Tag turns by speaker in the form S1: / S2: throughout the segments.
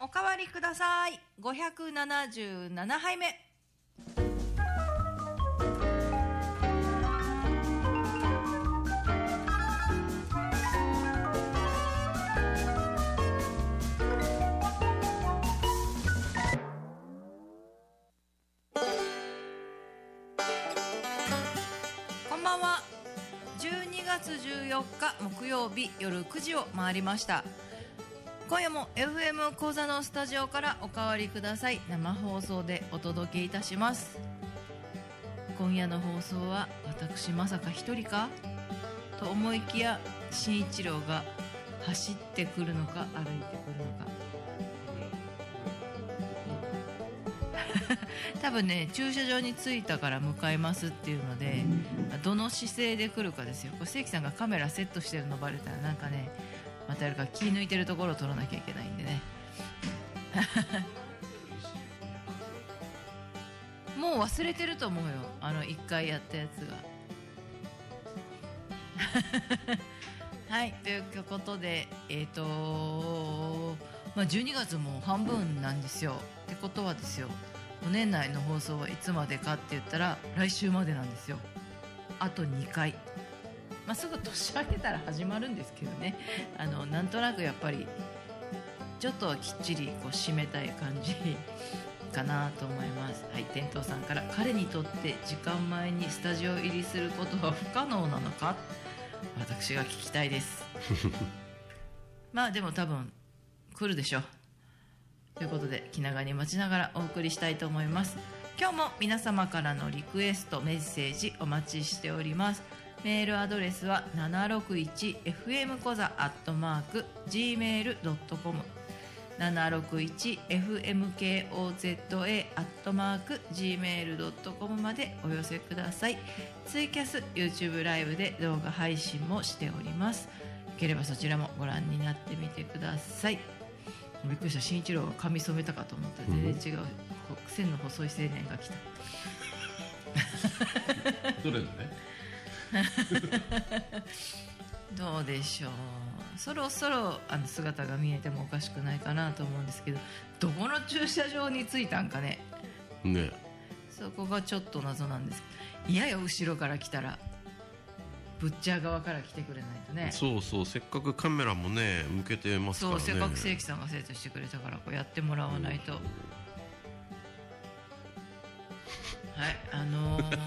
S1: おかわりください577杯目こんばんは12月14日木曜日夜9時を回りました今夜も FM 講座のスタジオからおかわりください生放送でお届けいたします今夜の放送は私まさか一人かと思いきや新一郎が走ってくるのか歩いてくるのか 多分ね駐車場に着いたから向かいますっていうのでどの姿勢で来るかですよこれ関さんがカメラセットしてるのバレたらなんかねまたやるから気抜いてるところを撮らなきゃいけないんでね もう忘れてると思うよあの1回やったやつが はいということでえっ、とまあ12月も半分なんですよってことはですよ年内の放送はいつまでかって言ったら来週までなんですよあと2回、まあ、すぐ年明けたら始まるんですけどねあのなんとなくやっぱりちょっとはきっちりこう締めたい感じ かなと思いますはい天童さんから彼にとって時間前にスタジオ入りすることは不可能なのか私が聞きたいですまあでも多分来るでしょうということで気長に待ちながらお送りしたいと思います今日も皆様からのリクエストメッセージお待ちしておりますメールアドレスは 761fm コザアットマーク gmail.com 761fmkoza アットマーク gmail.com までお寄せくださいツイキャス YouTube ライブで動画配信もしておりますよければそちらもご覧になってみてくださいびっくりした新一郎が髪染めたかと思ったら全然違う、こう線の細い青年が来た
S2: どれのね
S1: どうでしょうそろそろあの姿が見えてもおかしくないかなと思うんですけどどこの駐車場に着いたんかね
S2: ね
S1: そこがちょっと謎なんですいやよ後ろから来たらブッチャー側から来てくれないとね
S2: そうそうせっかくカメラもね向けてますから
S1: そう
S2: ね
S1: せっかく正規さんが生徒してくれたからこうやってもらわないと、はいあのー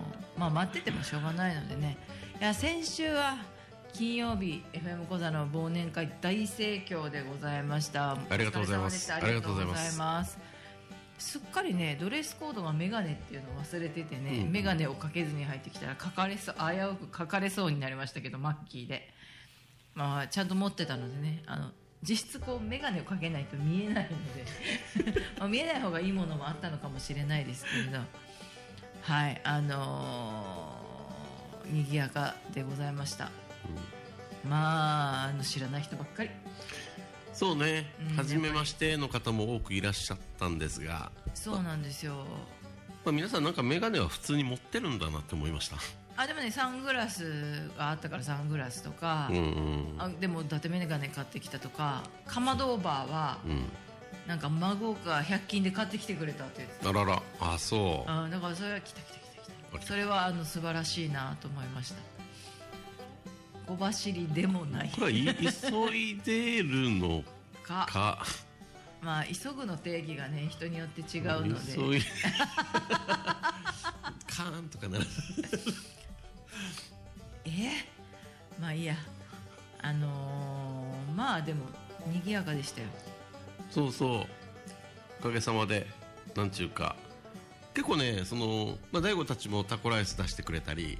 S1: まあ待っててもしょうがないのでねいや先週は金曜日 FM 講座の忘年会大盛況でございました
S2: ありがとうございます
S1: お疲れ様でしたありがとうございますすっかりねドレスコードがメガネっていうのを忘れててね、
S2: うん
S1: メガネをかけずに入ってきたらかかれそう危うくかかれそうになりましたけどマッキーでまあちゃんと持ってたのでねあの実質こう眼鏡をかけないと見えないので まあ見えない方がいいものもあったのかもしれないですけれどはいあのー、賑やかでございましたまああの知らない人ばっかり
S2: そうね
S1: うん
S2: 初めましての方も多くいらっしゃったんですが、
S1: そうなんですよ
S2: まあ、皆さんなんか眼鏡は普通に持ってるんだなって思いました
S1: あでもねサングラスがあったからサングラスとか、
S2: うんうん
S1: あでも伊達眼鏡買ってきたとかかまどーバーは
S2: うん
S1: なんか孫が100均で買ってきてくれたって言って
S2: あららあそう
S1: あだからそれは来た来た来た
S2: あ
S1: 来
S2: 来
S1: た
S2: た
S1: それはあの素晴らしいなと思いました小走りでもない
S2: これはい急いでるの
S1: か
S2: か
S1: まあ急ぐの定義がね人によって違うので
S2: 急いカーンとかなら
S1: えまあいいやあのーまあでも賑やかでしたよ
S2: そうそうおかげさまでなんちゅうか結構ねその、まあ、大悟たちもタコライス出してくれたり、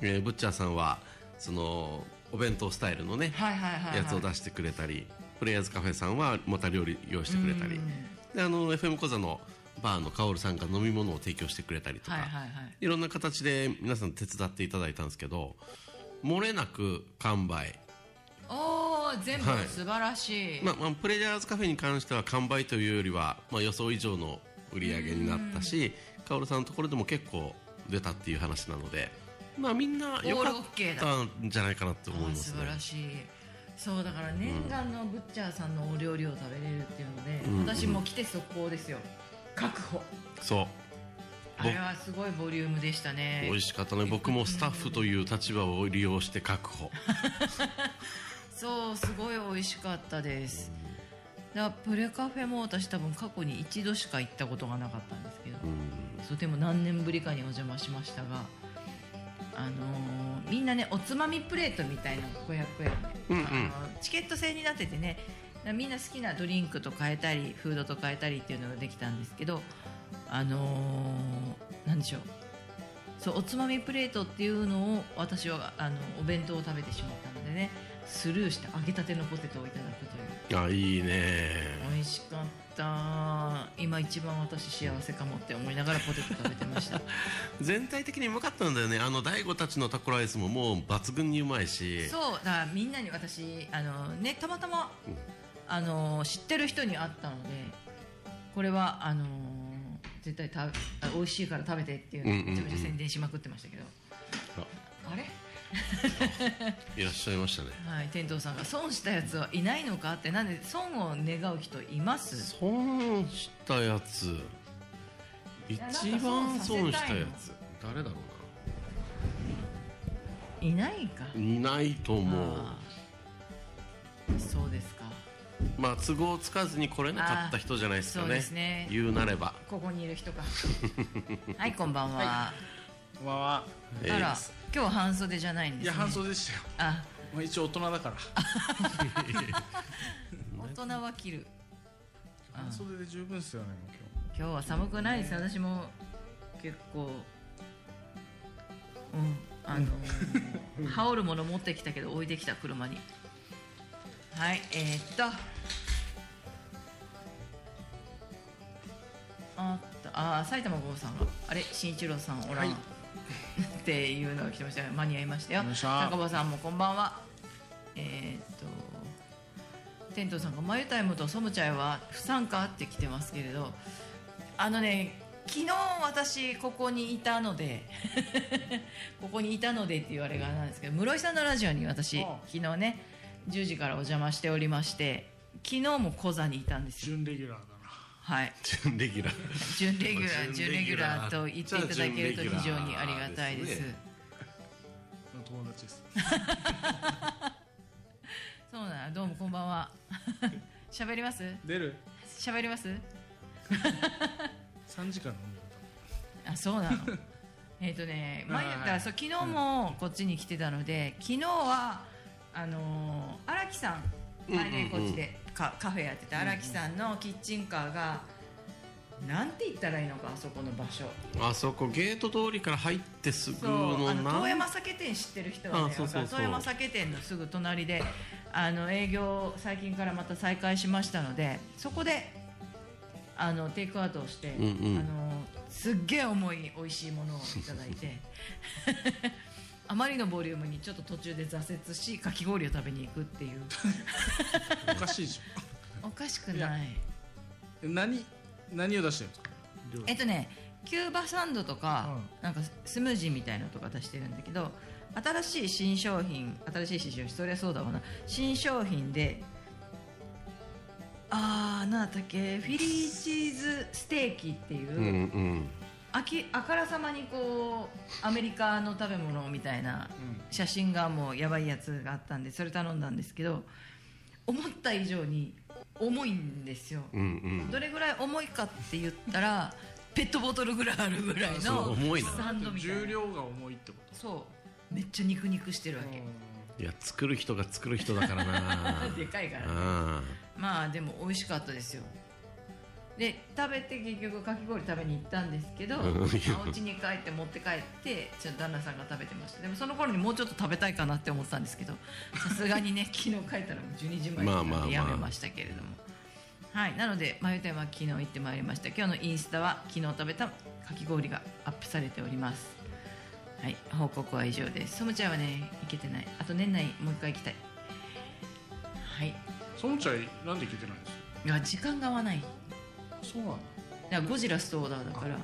S2: えーブッチャーさんはそのお弁当スタイルのね、
S1: はいはいはい、はい、
S2: やつを出してくれたりプレイヤーズカフェさんはまた料理用意してくれたり
S1: うん
S2: であの FM 講座のバーのカオルさんが飲み物を提供してくれたりとか、
S1: はい
S2: い
S1: はいはい
S2: ろんな形で皆さん手伝っていただいたんですけど漏れなく完売
S1: おー全部
S2: はい
S1: 素晴らしい、
S2: まあまあ、プレジャーズカフェに関しては完売というよりは、まあ、予想以上の売り上げになったしカオルさんのところでも結構出たっていう話なので、まあ、みんな良
S1: オール
S2: か
S1: オッ
S2: っ
S1: ケーだ
S2: たんじゃないかなって思います
S1: 素
S2: ね
S1: 晴らしいそうだから念願のブッチャーさんのお料理を食べれるっていうので、
S2: うん
S1: 私も来て速攻ですよ確保
S2: そう
S1: あれはすごいボリュームでしたね
S2: 美味しかったね僕もスタッフという立場を利用して確保
S1: そうすごい美味しかったですだからプレカフェも私多分過去に一度しか行ったことがなかったんですけど、
S2: うん
S1: そうでも何年ぶりかにお邪魔しましたがあのーみんなねおつまみプレートみたいなの500円で、
S2: うんうん
S1: あのチケット制になっててねみんな好きなドリンクと変えたりフードと変えたりっていうのができたんですけどあのーなんでしょうそうおつまみプレートっていうのを私はあのお弁当を食べてしまったのでねスルーして揚げたてのポテトをいただくという
S2: あいいね
S1: 美味しかった今一番私幸せかもって思いながらポテト食べてました
S2: 全体的にうまかったんだよねあの大悟たちのタコライスももう抜群にうまいし
S1: そうだからみんなに私あのねたまたま、
S2: うん
S1: あの知ってる人に会ったのでこれはあの絶対た美味しいから食べてっていうのを
S2: うんうんうん
S1: めちゃめちゃ宣伝しまくってましたけど、あれ
S2: いらっしゃいましたね
S1: はい天童さんが損したやつはいないのかってなんで損を願う人います
S2: 損したやつ一
S1: やなん
S2: 番
S1: か損
S2: 損
S1: さ
S2: し
S1: せた
S2: た
S1: い
S2: や
S1: の
S2: つ誰だろ
S1: いないか
S2: うないないと思う
S1: あーそうですか
S2: まあ都合つかずに来れなかった人じゃないですか
S1: そう
S2: ね
S1: ですね
S2: 言うなれば、
S1: ここにいる人かはいこんばんは、
S3: こんばんは。
S2: え
S1: あ
S2: ー
S1: ら今日半袖じゃないんです、ね、
S3: いや、半袖でしたよ。
S1: あ
S3: まあ、一応大人だから。
S1: 大人は着るあ
S3: 半袖で十分ですよね、もう
S1: 今日は寒くないですよ私も結構うんあのー羽織るもの持ってきたけど置いてきた車にはいえー、っとあったあー埼玉郷さんがあれ新一郎さんおらん、
S3: はい
S1: っていうのが来てましたね間に合いましたよ
S3: よいしょ
S1: 高場さんもこんばんはえー、っと天童さんが「マユタイムとソムチャイは不参加?」って来てますけれどあのね昨日私ここにいたので ここにいたのでって言われがなんですけど室井さんのラジオに私
S3: ああ
S1: 昨日ね10時からお邪魔しておりまして昨日も小座にいたんですよ
S3: 準レギュラーだ
S1: はい
S2: 準レギュラー
S1: 準レギュラー
S2: まあ
S1: 準レギュラーと言っていただけると非常にありがたいです
S2: 準レギュラーですね
S3: な。友達です。
S1: そうなのどうもこんばんは 喋ります
S3: 出る。
S1: 喋ります
S3: 三時間飲んで
S1: あそう なのえっとね前
S3: はい
S1: だ
S3: はい
S1: からそう昨日もこっちに来てたので、昨日はあのー荒木さん
S2: うんうんうん
S1: 前でこっちでカカフェやってた荒木さんのキッチンカーが、なんて言ったらいいのかあそこの場所
S2: あそこゲート通りから入ってすぐ
S1: そう
S2: の
S1: あの
S2: なん
S1: 遠山酒店知ってる人はね
S2: あそうそう
S1: わか
S2: そう
S1: る遠山酒店のすぐ隣であの営業最近からまた再開しましたのでそこであのテイクアウトをして、
S2: うんうん
S1: あのすっげえ重い美味しいものをいただいて あまりのボリュームにちょっと途中で挫折しかき氷を食べに行くっていう
S3: た。おかしいじ
S1: おかしく
S3: いや
S1: ない
S3: ゃ ん。何、何を出してるんですか。料
S1: え
S3: 理
S1: っとねキューバサンドとか、
S3: う
S1: なんかスムージーみたいなのとか出してるんだけど新しい新商品新しい新商品そりゃそうだわな新商品であーなんだったっけフィリーチーズステーキっていう、
S2: うんうん
S1: あきあからさまにこうアメリカの食べ物みたいな
S3: うん。
S1: 写真がもうやばいやつがあったんでそれ頼んだんですけど思った以上に重いんですよ、
S2: うんうん
S1: どれぐらい重いかって言ったらペットボトルぐらいあるぐらい
S2: そ
S1: の
S2: う重いな
S1: スタンドみたいな
S3: 重量が重いってこ
S1: そうめっちゃ肉肉してる
S3: と
S1: わ。け、
S2: いや作る人が作る人だからな
S1: でかいから
S2: あ
S1: まあでも美味しかったですよで食べて結局かき氷食べに行ったんですけど、
S2: うん
S1: まあお家に帰って持って帰ってちょっと旦那さんが食べてましたでもその頃にもうちょっと食べたいかなって思ったんですけどさすがにね 昨日帰ったらもう12時前だ
S2: ま
S1: っ
S2: あまあ
S1: たん
S2: まあ
S1: でやめましたけれども、はいなので「まゆたんは昨日行ってまいりました今日のインスタは昨日食べたかき氷がアップされておりますはい報告は以上ですソムちゃんはね行けてないあと年内もう一回行きたいはい
S3: そのちゃい、なんで聞いてないんです
S1: いや時間が合わない
S3: か。そうなんだ。
S1: だからゴジラストーダーだから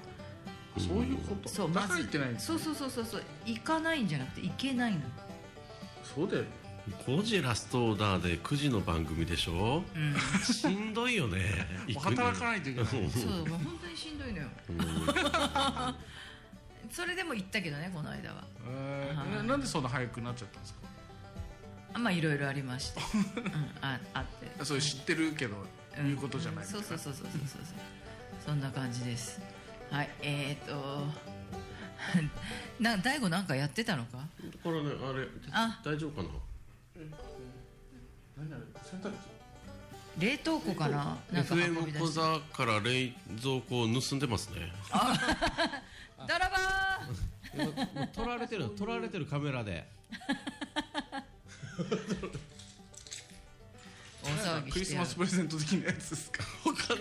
S3: そういうこと。
S1: そう
S3: だ
S1: ま
S3: から
S1: ず
S3: 言ってないんです
S1: そう
S3: ね。
S1: そうそうそうそう行かないんじゃなくて行けないの
S3: そうだよね。
S2: 5時ラストオーダーで9時の番組でし ょ
S1: うん、
S2: しんどいよね
S3: もう働かないといけ ない
S2: 行く
S1: そうもう本当にしんどいのよ
S2: のにうん
S1: それでも行ったけどねこの間は
S3: えー
S1: はい
S3: ななんでそんな早くなっちゃったんですか
S1: あまあいろいろありまして、うん、ああって
S3: あそういう知ってるけど
S1: ん
S3: 言うことじゃない
S1: そうそうそうそうそうそうそんな感じですはいえー、っと な大悟なんかやってたのか
S2: これねあれ
S1: あ
S2: 大丈夫かな
S3: 何だろう洗濯機
S1: 冷凍庫かななんか
S2: FM
S1: 運び出
S2: 小
S1: して
S2: 座から冷蔵庫を盗んでますね
S1: ドラバ
S2: 取られてる取られてるカメラで
S1: ー大騒ぎ
S3: クリ
S1: して
S3: ス
S1: や
S3: マ
S1: る
S3: スプレゼント的なやつですか
S2: 他ね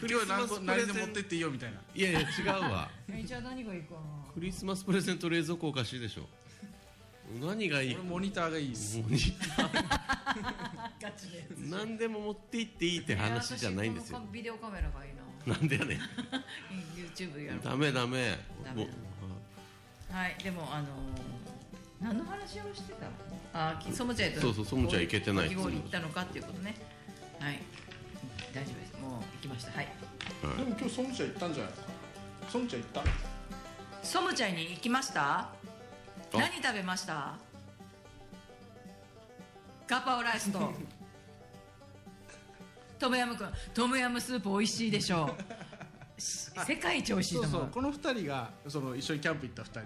S2: クリ
S3: 今
S2: ス
S3: 日
S2: マ
S3: 何
S2: ス
S3: 個
S2: プレ
S3: 何
S2: ゼン
S3: で持ってっていいよみたいない
S2: やいや違うわ
S1: えじゃあ何がいいかな
S2: クリスマスプレゼント冷蔵庫おかしいでしょ何がいい
S3: 俺モニターがいいです
S2: もうに
S1: ガチで
S2: 何でも持って行っていいって話じゃないんですよ
S1: ビデオカメラがいいな
S2: なんでやねん
S1: YouTube やろう
S2: ダメダメ
S1: ダ
S2: も
S1: メ
S2: う
S1: はいでもあのー何の話をしてたのあーきそもちゃんと
S2: そうそうそもちゃん行けてない
S1: かき氷行ったのかっていうことねはい大丈夫ですもう行きましたはい
S3: でも今日ソムチャ行ったんじゃないですかソムチャ行った
S1: そもちゃんに行きました何食べましたガパオライス とトムヤムくんトムヤムスープ美味しいでしょ うし世界一美味しい
S3: そ
S1: と
S3: う
S1: 思
S3: そううこの二人がその一緒にキャンプ行った二人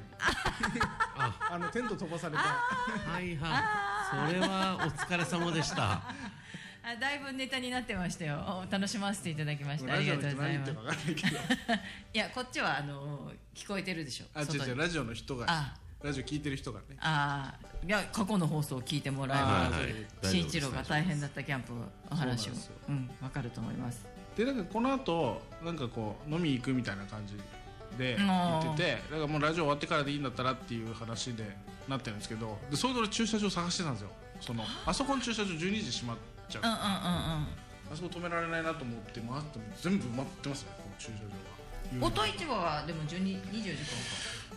S2: あ
S3: あのテント飛ばされた
S2: はいはいそれはお疲れ様でした
S1: あだいぶネタになってましたよお楽しませていただきましたあ
S3: ラ
S1: り
S3: ジ
S1: が
S3: オ
S1: と
S3: の
S1: うござ
S3: 人何
S1: い
S3: 言っ
S1: ま
S3: て
S1: す
S3: るか分かんないけど
S1: いやこっちはあの聞こえてるでしょ
S3: あ違う違う
S1: に
S3: ラジオの人が
S1: あ
S3: ラジオ聞いてる人がね
S1: あーいや過去の放送を聞いてもらえば
S3: あ
S2: は
S3: ー
S2: いはい
S1: 新一郎が大変だったキャンプのお話を
S3: そうなんですよ
S1: うんわかると思います
S3: でなんかこの後なんかこう飲み行くみたいな感じで言っててだからもうラジオ終わってからでいいんだったらっていう話でなってるんですけどでそれぞれ駐車場探してたんですよそのあそこの駐車場12時閉まっちゃう
S1: うんうん
S3: あ
S1: うんうん
S3: そこ止められないなと思って回っても全部埋まってますよこの駐車場が
S1: 音市場はでも12 24時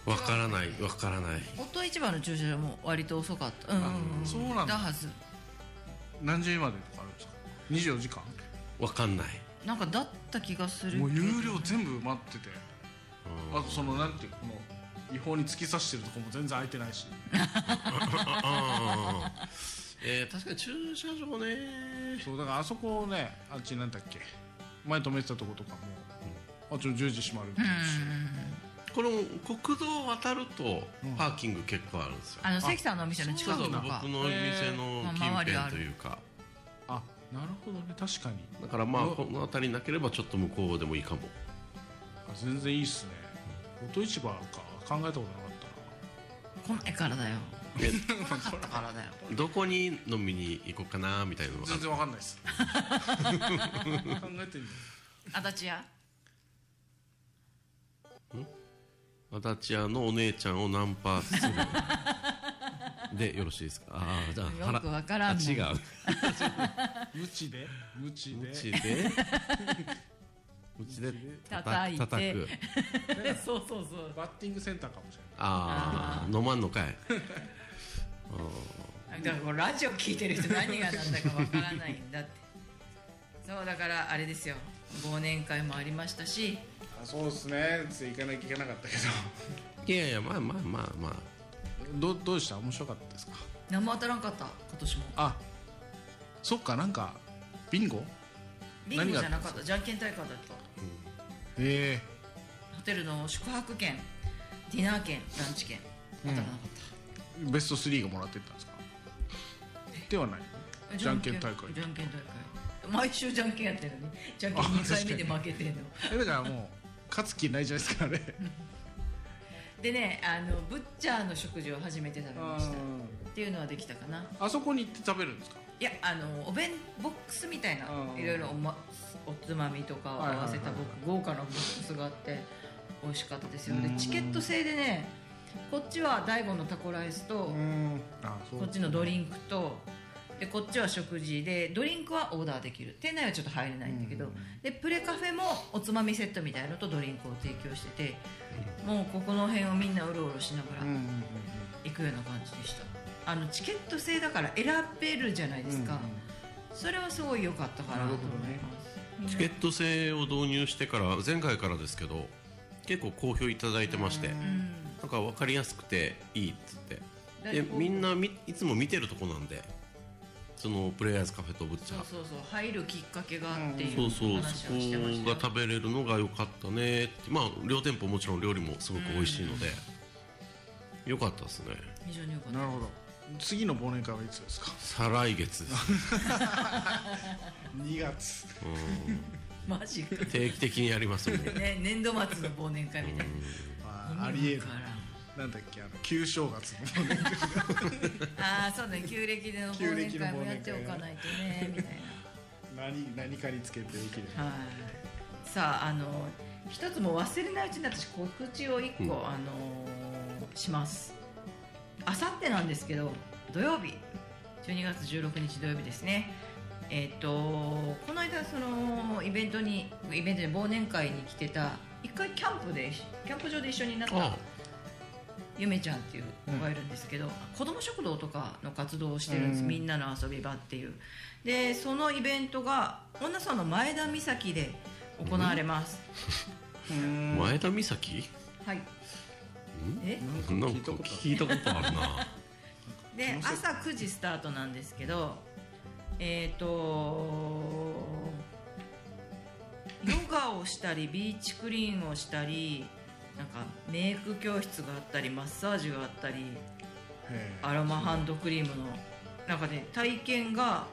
S1: 間
S2: わからないわからない
S1: か音市場の駐車場も割と遅かったうんうんうん
S3: あそうなんだ
S1: はず
S3: 何時までとかあるんですか24時間
S2: わかんない
S1: なんかだった気がするけど
S3: もう有料全部埋まってて
S2: うん
S3: あとそのなんていうかこの違法に突き刺してるとこも全然空いてないし
S2: ああえー、確かに駐車場ね
S3: そうだからあそこをねあっちなんだっけ前止めてたとことかも、あっちの10時閉まるみた
S1: う
S3: い
S1: んうん
S3: な
S1: うん
S3: し
S2: この国道を渡ると
S3: うん
S2: パーキング結構あるんですよ、
S1: あの関さんのお店の近く
S2: そう
S1: と
S2: そう
S1: か
S2: 僕のお店の
S1: まあ
S2: 近
S1: 周りある
S2: 辺というか
S3: あなるほどね確かに
S2: だからまあ
S3: うわ
S2: この辺りなければちょっと向こうでもいいかも
S3: あ全然いいっすね音市場か考えたことな
S1: 来ないから だよ
S2: え
S1: 来なかったからだよ
S2: どこに飲みに行こうかなみたいなの
S3: かっ
S2: が
S3: たな全然わかんないっ す考えてみる
S1: 足立 屋
S2: 足立屋のお姉ちゃんをナンパするでよろしいですかああじゃあ
S1: よくわからんもん
S2: 腹あ違う
S3: 無知で無知で
S2: うちでうちで
S1: 叩いて
S2: 叩く
S1: そうそうそう
S3: バッティングセンターかもしれない
S2: ああ飲まんのかい
S1: だからこれラジオ聞いてる人何がなんだかわからないんだってそうだからあれですよ忘年会もありましたし
S3: あそうっすねつい行かなきゃいけなかったけ
S2: いやいやまあまあまあまあ
S3: どどどうでした面白かったですか
S1: 何も当たらんかった今年も
S3: あそっかなんかビンゴ
S1: ビンゴじゃなかったじゃんけん大会だった
S3: え
S1: ホテルの宿泊券ディナー券ランチ券当たらなかっ
S3: えベスト3がもらってったんですかではない
S1: た、
S3: じゃんけん大会
S1: じゃんけん大会毎週じゃんけんやってるのにじゃんけん2回目で負けてんの
S3: えだからもう勝つ気ないじゃないですかあれ
S1: でねあのブッチャーの食事を初めて食べましたっていうのはできたかな
S3: あそこに行って食べるんですか
S1: いやあのお弁ボックスみたいな
S3: うん
S1: いろいろお,、ま、おつまみとかを合わせた
S3: はいはい
S1: 豪華なボックスがあって美味しかったですよ
S3: う
S1: で
S3: ん
S1: チケット制でねこっちは大悟のタコライスと
S3: んあそう
S1: こっちのドリ
S3: ン
S1: ンクとでこっちは食事でドリンクはオーダーできる店内はちょっと入れないんだけどでプレカフェもおつまみセットみたいのとドリンクを提供しててもうここの辺をみんなうろうろしながら
S3: うんうんうんうん
S1: 行くような感じでしたあのチケット制だから選べるじゃないですか、
S3: う
S1: それはすごい良かったかなと思います、
S2: チケット制を導入してから前回からですけど結構好評いただいてまして、
S1: うん
S2: なんか分かりやすくていいっつって
S1: だって
S2: で
S1: こう
S2: みんなみいつも見てるとこなんでそのプレイヤーズカフェとブッチ
S1: そう
S2: ャー
S1: そうそう入るきっかけがっていう
S2: そうそう
S1: 話
S2: そこ
S1: をしてましたよ
S2: が食べれるのが良かったねってまあ両店舗もちろん料理もすごく美味しいので良かったですね
S1: 非常に良かっ
S3: ん
S1: た
S3: なるほど次の忘年会はいつですか
S2: 再来月です
S3: 2月
S2: うん
S1: マジ か
S2: 定期的にやりますもん
S1: ね年度末の忘年会みたい
S3: まあ
S1: な
S3: ありえ
S1: る
S3: るなんだっけあの旧正月 の忘年会
S1: ああそうね旧暦での
S3: 旧
S1: 忘年
S3: 暦の
S1: 会も
S3: 忘年会
S1: やっておかないとねみたい
S3: 何何かにつけてできる
S1: なはいさああの一つもう忘れないうちに私告知を一個、
S2: うん
S1: あのーしますあさってなんですけど土曜日12月16日土曜日ですねえっ、とこの間そのイベントにイベントで忘年会に来てた一回キャンプでキャンプ場で一緒になった
S2: あ
S1: ゆめちゃんっていう子がいるんですけど、子ども食堂とかの活動をしてるんです、
S3: うん
S1: みんなの遊び場っていうでそのイベントが女さんの前田岬で行われます、
S2: 前田美咲
S1: はいえ
S2: んな
S3: なんん
S2: か
S3: か
S2: 聞
S3: 聞
S2: いたことあるな
S1: で
S3: 気のせい
S1: 朝9時スタートなんですけどえっ、とヨガをしたりビーチクリーンをしたりなんかメイク教室があったりマッサージがあったり
S3: へー
S1: アロマハンドクリームの中で体験が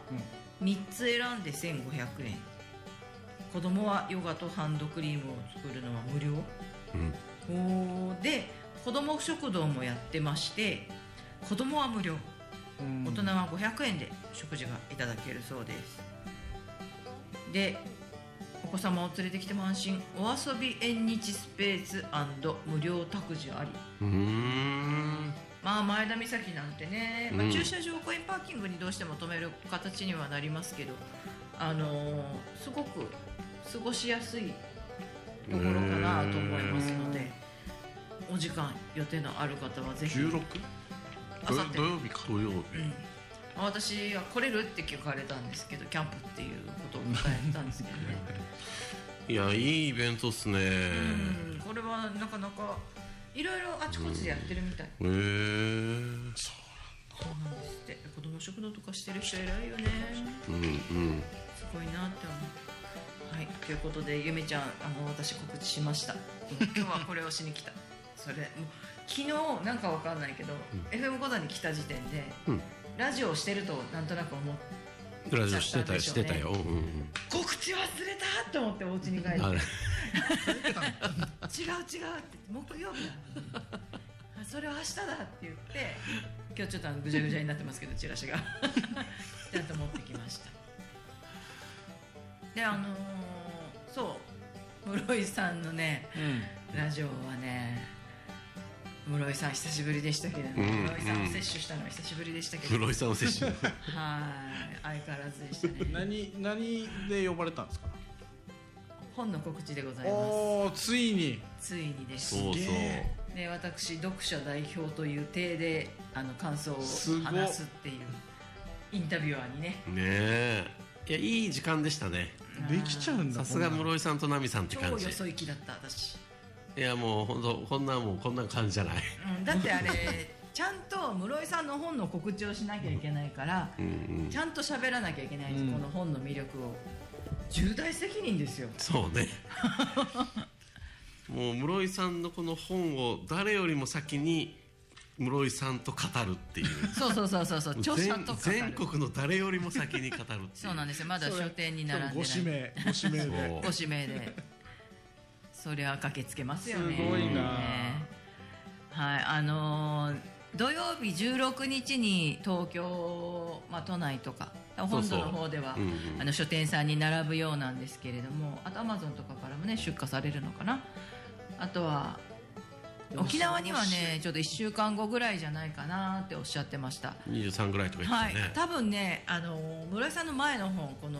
S1: 3つ選んで1500円子供はヨガとハンドクリームを作るのは無料
S2: うん
S1: で子供食堂もやってまして子供は無料
S3: うん
S1: 大人は500円で食事がいただけるそうですでお子様を連れてきても安心お遊び縁日スペース無料託児あり
S2: うーん
S1: まあ前田岬なんてね、まあ、
S2: うん
S1: 駐車場コインパーキングにどうしても止める形にはなりますけど、あのーすごく過ごしやすいところかなと思いますのでお時間予定のある方はぜひ
S3: 16
S1: あさって
S2: 土曜日か土曜日
S1: うん、私は来れるって聞かれたんですけどキャンプっていうことを答えたんですけど ね、
S2: いやいいイベントっすね
S1: うん、これはなかなかいろいろあちこちでやってるみたい
S2: へえ
S1: そうなんですって子供食堂とかしてる人偉いよね
S2: うんうん
S1: すごいなって思うはいということでゆめちゃんあの私告知しま した今日はこれをしに来たそれもう昨日なんかわかんないけど、FM 五段に来た時点で、
S2: うん
S1: ラジオをしてるとなんとなく思って
S2: ラジオしてたよしてたよ、うん
S1: 告知忘れたと思ってお家に帰って
S2: うん、あ
S1: 違
S2: れ
S1: う違うって言って木曜日だあそれは明日だって言って今日ちょっとあのぐじゃぐじゃになってますけどチラシがちゃんと持ってきましたであのーそう室井さんのねラジオはね室井さん久しぶりでしたけど、ね
S2: うん
S1: 室井さんを
S2: うん
S1: 摂取したのは久しぶりでした けど、
S2: 室井さんを接種
S1: はい相変わらずでしたね
S3: 何何で呼ばれたんですか
S1: 本の告知でございま
S3: おおついに
S1: すついにです
S2: そう
S3: す
S2: そ
S3: げえ
S2: う
S1: で私読者代表という体であの感想を
S3: すごっ
S1: 話すっていうインタビュアーにね
S2: ねえいやいい時間でしたね
S3: できちゃうんだ
S2: さすが
S3: こんなの
S2: 室井さんと奈美さんって
S1: 超
S2: 感
S1: よ
S2: じ
S1: そ行きだった私、
S2: いやもう本当こんなもうこんな感じじゃない
S1: うん、だって あれちゃんと室井さんの本の告知をしなきゃいけないから
S2: うんうん
S1: ちゃんと喋らなきゃいけないんです、
S3: うん
S1: この本の魅力を重大責任ですよ
S2: そうね もう室井さんのこの本を誰よりも先に室井さんと語るっていう
S1: そうそうそうそうそう 著者と語る
S2: 全全国の誰よりも先に語るっていう
S1: そうなん
S2: で
S1: ですよまだ
S3: それ
S1: 書店に並んでない
S3: ご指名ご指名で
S1: ご指名でそりゃ駆けつけますよね
S3: すごいな
S1: ねはいあのー土曜日16日に東京、まあ、都内とか本土の方では
S2: うんうん
S1: あの書店さんに並ぶようなんですけれどもあとアマゾンとかからもね出荷されるのかなあとは沖縄にはねちょっと1週間後ぐらいじゃないかなっておっしゃってました
S2: 23ぐらいとか言っ
S1: は
S2: て
S1: い
S2: たね、、
S1: 多分ね、あの村井さんの前の本この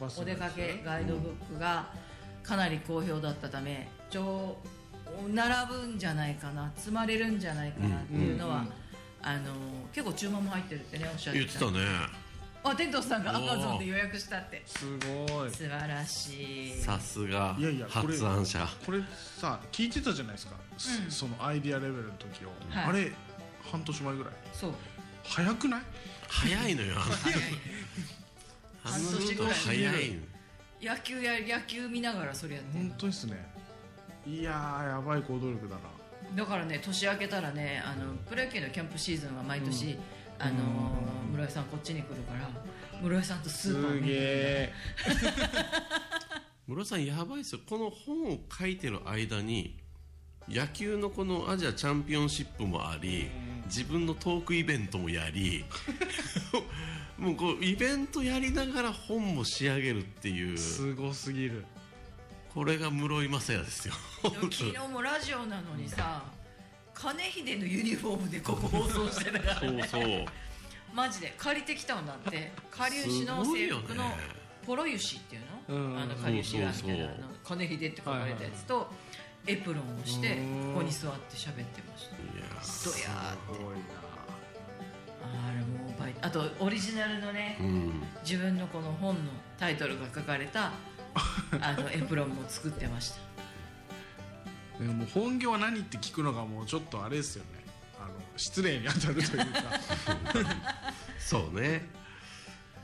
S3: バス
S1: お
S3: の
S1: 出
S3: やつね
S1: かけガイドブックがかなり好評だったため、ちょ並ぶんじゃないかな、積まれるんじゃないかなっていうのは、
S3: うんうん
S1: あの結構注文も入ってるってねおっしゃって
S2: 言ってたね
S1: あ天童さんが
S2: お
S1: ア
S2: ー
S1: マゾンで予約したって
S3: すごい
S1: 素晴らしい
S2: さすが
S3: いやいやこれ
S2: 発案者
S3: これさ聞いてたじゃないですか、す
S1: うん
S3: そのアイディアレベルの時を、
S1: はい
S3: あれ半年前ぐらい
S1: そう
S3: 早くない
S2: 早いのよ
S1: 早い
S2: 半
S1: 半
S2: 年
S1: 年
S2: と
S1: ぐらい
S2: 早い
S1: 野球や野球見ながらそれやってる
S3: 本当ですねいやーやばい行動力だな
S1: だからね年明けたらねあのプロ野球のキャンプシーズンは毎年、あのー室井さんこっちに来るから室井さんとスーパー
S3: すげ
S1: に
S3: え
S2: 室井さんやばいですよこの本を書いてる間に野球のこのアジアチャンピオンシップもあり自分のトークイベントもやり もうこうイベントやりながら本も仕上げるっていう
S3: すごすぎる
S2: これが室井雅也ですよ
S1: でも昨日もラジオなのにさ金秀のユニフォームでここ放送してた から
S2: そうそう
S1: マジで借りてきたんだって下流市の制服のポロユシっていうの,、
S3: うん
S1: あの下流市がみたいな
S2: そうそうそう
S1: あの金秀って書かれたやつと、エプロンをして
S3: うん
S1: ここに座って喋ってました
S2: いや
S1: どやーって
S3: すごい
S1: あれもうバイあとオリジナルのね
S2: うん
S1: 自分のこの本のタイトルが書かれ たあのエプロンも作ってました
S3: なでも本業は何って聞くのがもうちょっとあれですよねあの失礼に当たるというか
S2: そうね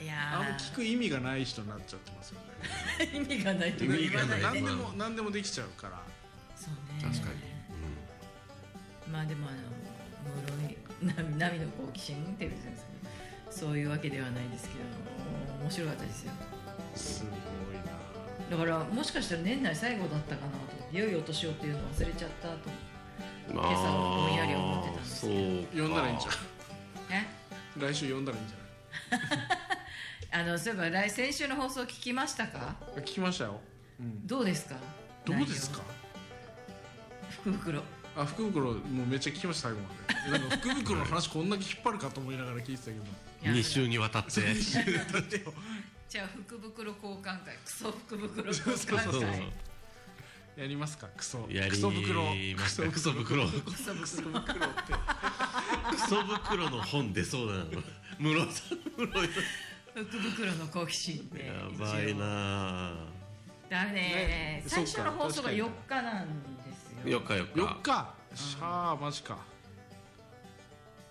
S1: い
S3: あんま
S1: や
S3: 聞く意味がない人になっちゃってますよね
S1: ー意味がないと
S2: 意味
S1: 言
S2: が
S1: わ
S2: な
S1: ないいね
S3: 何でも何でもできちゃうから
S1: そうね
S2: 確かに、
S1: まあでもあの室井波 波の好奇心っていうんですかねそういうわけではないですけど面白かったですよ
S3: すごい
S1: だ
S3: な
S1: からもしかしたら年内最後だったかなと思って良いお年をっていうの忘れちゃったと思って
S2: うん、
S1: 今朝もぼんやり思ってたんですけど
S2: そう
S3: 呼んだらいいんじ
S2: ゃ
S3: ゃ
S2: ん
S1: ね
S3: ん来週呼んだらいいんじ
S1: あのそういえば来先週の放送聞きましたか
S3: ゃない聞きましたよ、うん、
S1: どうですか
S3: どうですか
S1: 福袋
S3: あ福袋もうめっちゃ聞きました最後までなんか福袋の話こんだけ引っ張るかと思いながら聞いてたけど
S2: 2週にわたって
S3: 2週経ってよ
S1: じゃあ福袋交換会クソ福袋交
S3: そうそう
S1: 換
S2: そう
S1: 会
S3: やりますかクソ
S2: やり
S3: クソ袋
S2: ましたクソ袋ク
S1: クソ
S3: クソ
S1: 袋
S3: 袋って
S2: ソ袋の本出そうだな室井さん室井
S1: 福袋の好奇心で
S2: さんやばいな
S1: だね
S3: ね
S1: 最初の放送が
S3: そ
S1: 4
S3: っか
S1: 日なんですよ
S2: よっかよっか
S3: 4日しゃあマジか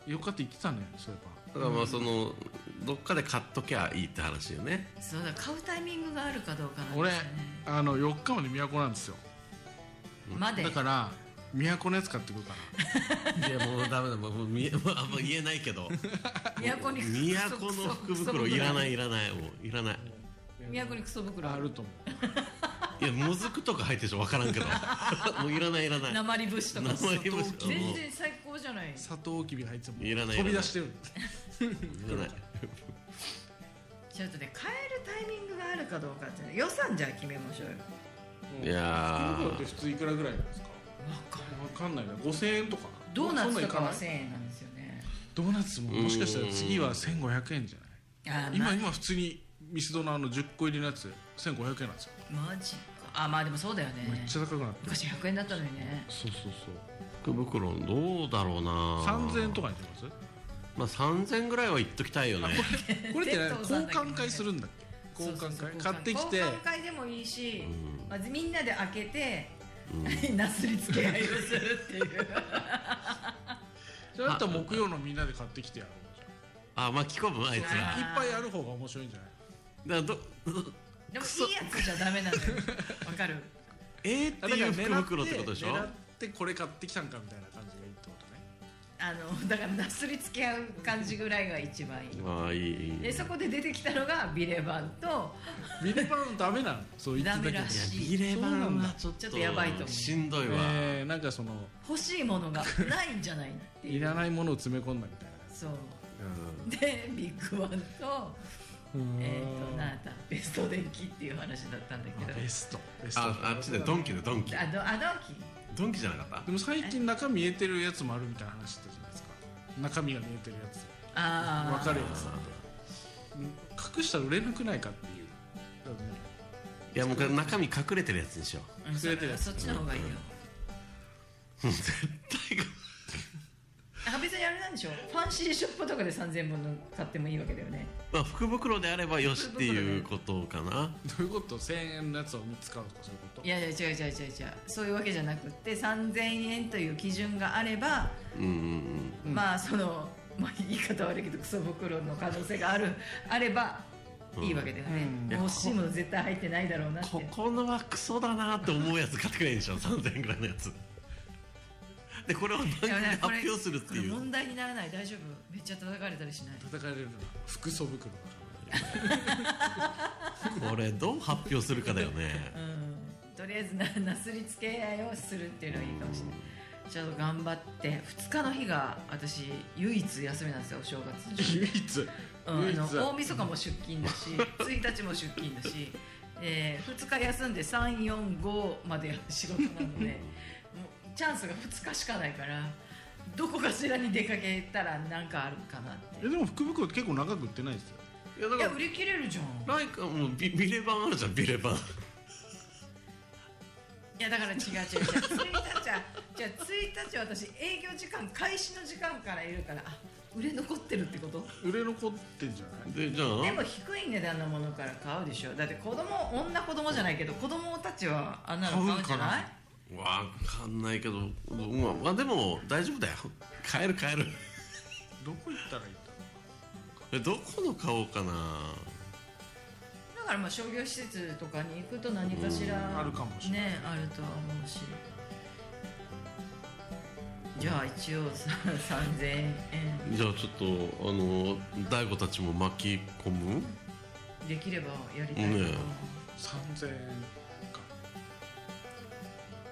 S3: 4日って言ってたねそういえ
S2: だからまあそのどっかで買っときゃいいって話よね
S1: そうだ買うタイミングがあるかどうかなん
S3: 俺
S1: ですよね
S3: ばあの4日まで都なんですよ
S1: まで
S3: だから都のやつ買ってこうかない
S2: やもうダメだもうもうみもうあんま言えないけ ど
S1: 都に
S2: 都の福袋いらないいらないもういらない
S1: 都にクソ袋
S3: あ
S1: あ
S3: る
S1: る
S3: と思
S2: いやもずくとか入ってるでしょ分から んけどもういらないいらない
S1: 鉛節とか
S2: 鉛節
S1: 砂糖全然最高じゃないう
S3: サトウキビ入っても
S2: いらない
S3: 飛び出してる
S2: いらない
S1: ちょっとね買えるタイミングがあるかどうかってね予算じゃあ決めましょうよ
S2: いや
S3: 福
S2: ー
S3: 袋って普通いくらぐらいなんですかわかんないな5000円とか
S1: ドーナツ
S3: そん
S1: と
S3: ない
S1: かは
S3: ない
S1: 1000円なんですよね
S3: ドーナツももしかしたら次は1500円じゃ
S1: あ
S3: な
S1: ー、
S3: い
S1: ま
S3: 今今普通にミスドのあの10個入りのやつ1500円なんですよ
S1: マジかあまあでもそうだよね
S3: めっちゃ高くなってる
S1: 昔100円だったのにね
S3: そうそうそう
S2: 福袋どうだろうな
S3: 3000円とかにします
S2: まあ3000ぐらいは言っときたいよね
S3: これってね
S1: 弁当
S3: 交
S1: さんだけどね
S3: 換会するんだっけ交換
S1: そうそう
S3: 会
S1: そう
S3: 買ってきて
S1: 交換会でもいいし、
S2: うん
S1: まずみんなで開けて、
S2: うん
S1: なすりつけ合いをするって いう
S3: じゃああとは木曜のみんなで買ってきてやろうじ
S2: あ巻き込むあいつ
S3: ゃ
S2: ら
S3: んいっぱいある方が面白いんじゃない
S2: だど
S1: で
S2: ど
S1: もいいやつじゃダメなの よわかる
S2: えー、っていう福
S3: 狙
S2: 袋ってことでしょ
S3: 狙ってこれ買ってきたんかみたいな感じがいいってことね
S1: あのだからなすりつけ合う感じぐらいが一番いい
S2: まあいいいい
S1: でそこで出てきたのがビレバンと
S3: ビレバンダメなのそう言ってたけど
S1: ダメらしい
S2: ビレバンはちょっと
S1: ちょっとやばいと思う
S2: しんどいわ、
S3: えーなんかその
S1: 欲しいものがないんじゃないっていう
S3: いらないものを詰め込んだみたいな
S1: そうでビッグワンとえっ、となんだベスト電気っていう話だったんだけど
S3: ベストベスト
S2: ああっちでドンキでドンキ
S1: あどあドンキ
S2: ドンキじゃなかっ
S3: でも最近中見えてるやつもあるみたいな話してたじゃないですか中身が見えてるやつ
S1: ああ
S3: 分かるやつって隠したら売れなくないかっていうだからね
S2: たいやもうこれ中身隠れてるやつにしよ
S1: うんそ
S3: 隠れてるやつ
S1: そっちの方がいいよ
S2: う絶対
S1: あ別にあれなんでしょうファンシーショップとかで3000本の買ってもいいわけだよね
S2: まあ、福袋であればよしっていうことかな。
S3: どういうこと1000円のやつを3つ買うとかそういうこと
S1: いやいや違う違う違う違うそういうわけじゃなくって3000円という基準があれば、
S2: うんうん
S3: うん
S1: まあその、まあ、言い方悪いけどクソ袋の可能性があるあれば
S2: うん。
S1: いいわけだよね、
S3: うん
S1: もう欲しいもの絶対入ってないだろうなって
S2: ここのはクソだなって思うやつ買ってくれんでしょ3000円ぐらいのやつでこれを番組で
S1: いや
S2: 発
S1: これ
S2: 表するって
S1: これ
S2: いう
S1: 問題にならない大丈夫めっちゃ叩かれたりしない
S3: 叩かれるのは服装袋だから
S2: これどう発表するかだよね
S1: うんとりあえずなな すりつけ合いをするっていうのがいいかもしれないちょっと頑張って2日の日が私唯一休みなんですよお正月
S3: 唯一
S1: うん
S3: 唯一
S1: あの大晦日も出勤だ し1日も出勤だし、えー、2日休んで345まで仕事な のでもうチャンスが2日しかないからどこかしらに出かけたら何かあるかなって
S3: えでも福袋って結構長く売ってないですよ
S2: いやだ
S1: いや
S2: か
S1: 売り切れるじゃん
S2: らライカもビビレ版あるじゃんビレ版
S1: いやだから違う違う違う1日はじゃあ1日は私営業時間開始の時間からいるからあ売れ残ってるってこと
S3: 売れ残ってんじゃない
S2: でじゃあ
S1: でも低い値段のものから買うでしょだって子供女子供じゃないけど子供たちはあんなの買うんじゃない
S2: わかんないけど、まあ、まあでも大丈夫だよ買える買える
S3: どこ行ったらいいんだろ
S2: えどこの買おうかな
S1: だからまあ商業施設とかに行くと何かしら
S3: うあるかもしれない、
S1: ねあるとは思うしじゃあ一応さ3000円
S2: じゃあちょっとあの大悟たちも巻き込む
S1: できればやりたいな、
S2: ね
S3: 3000円か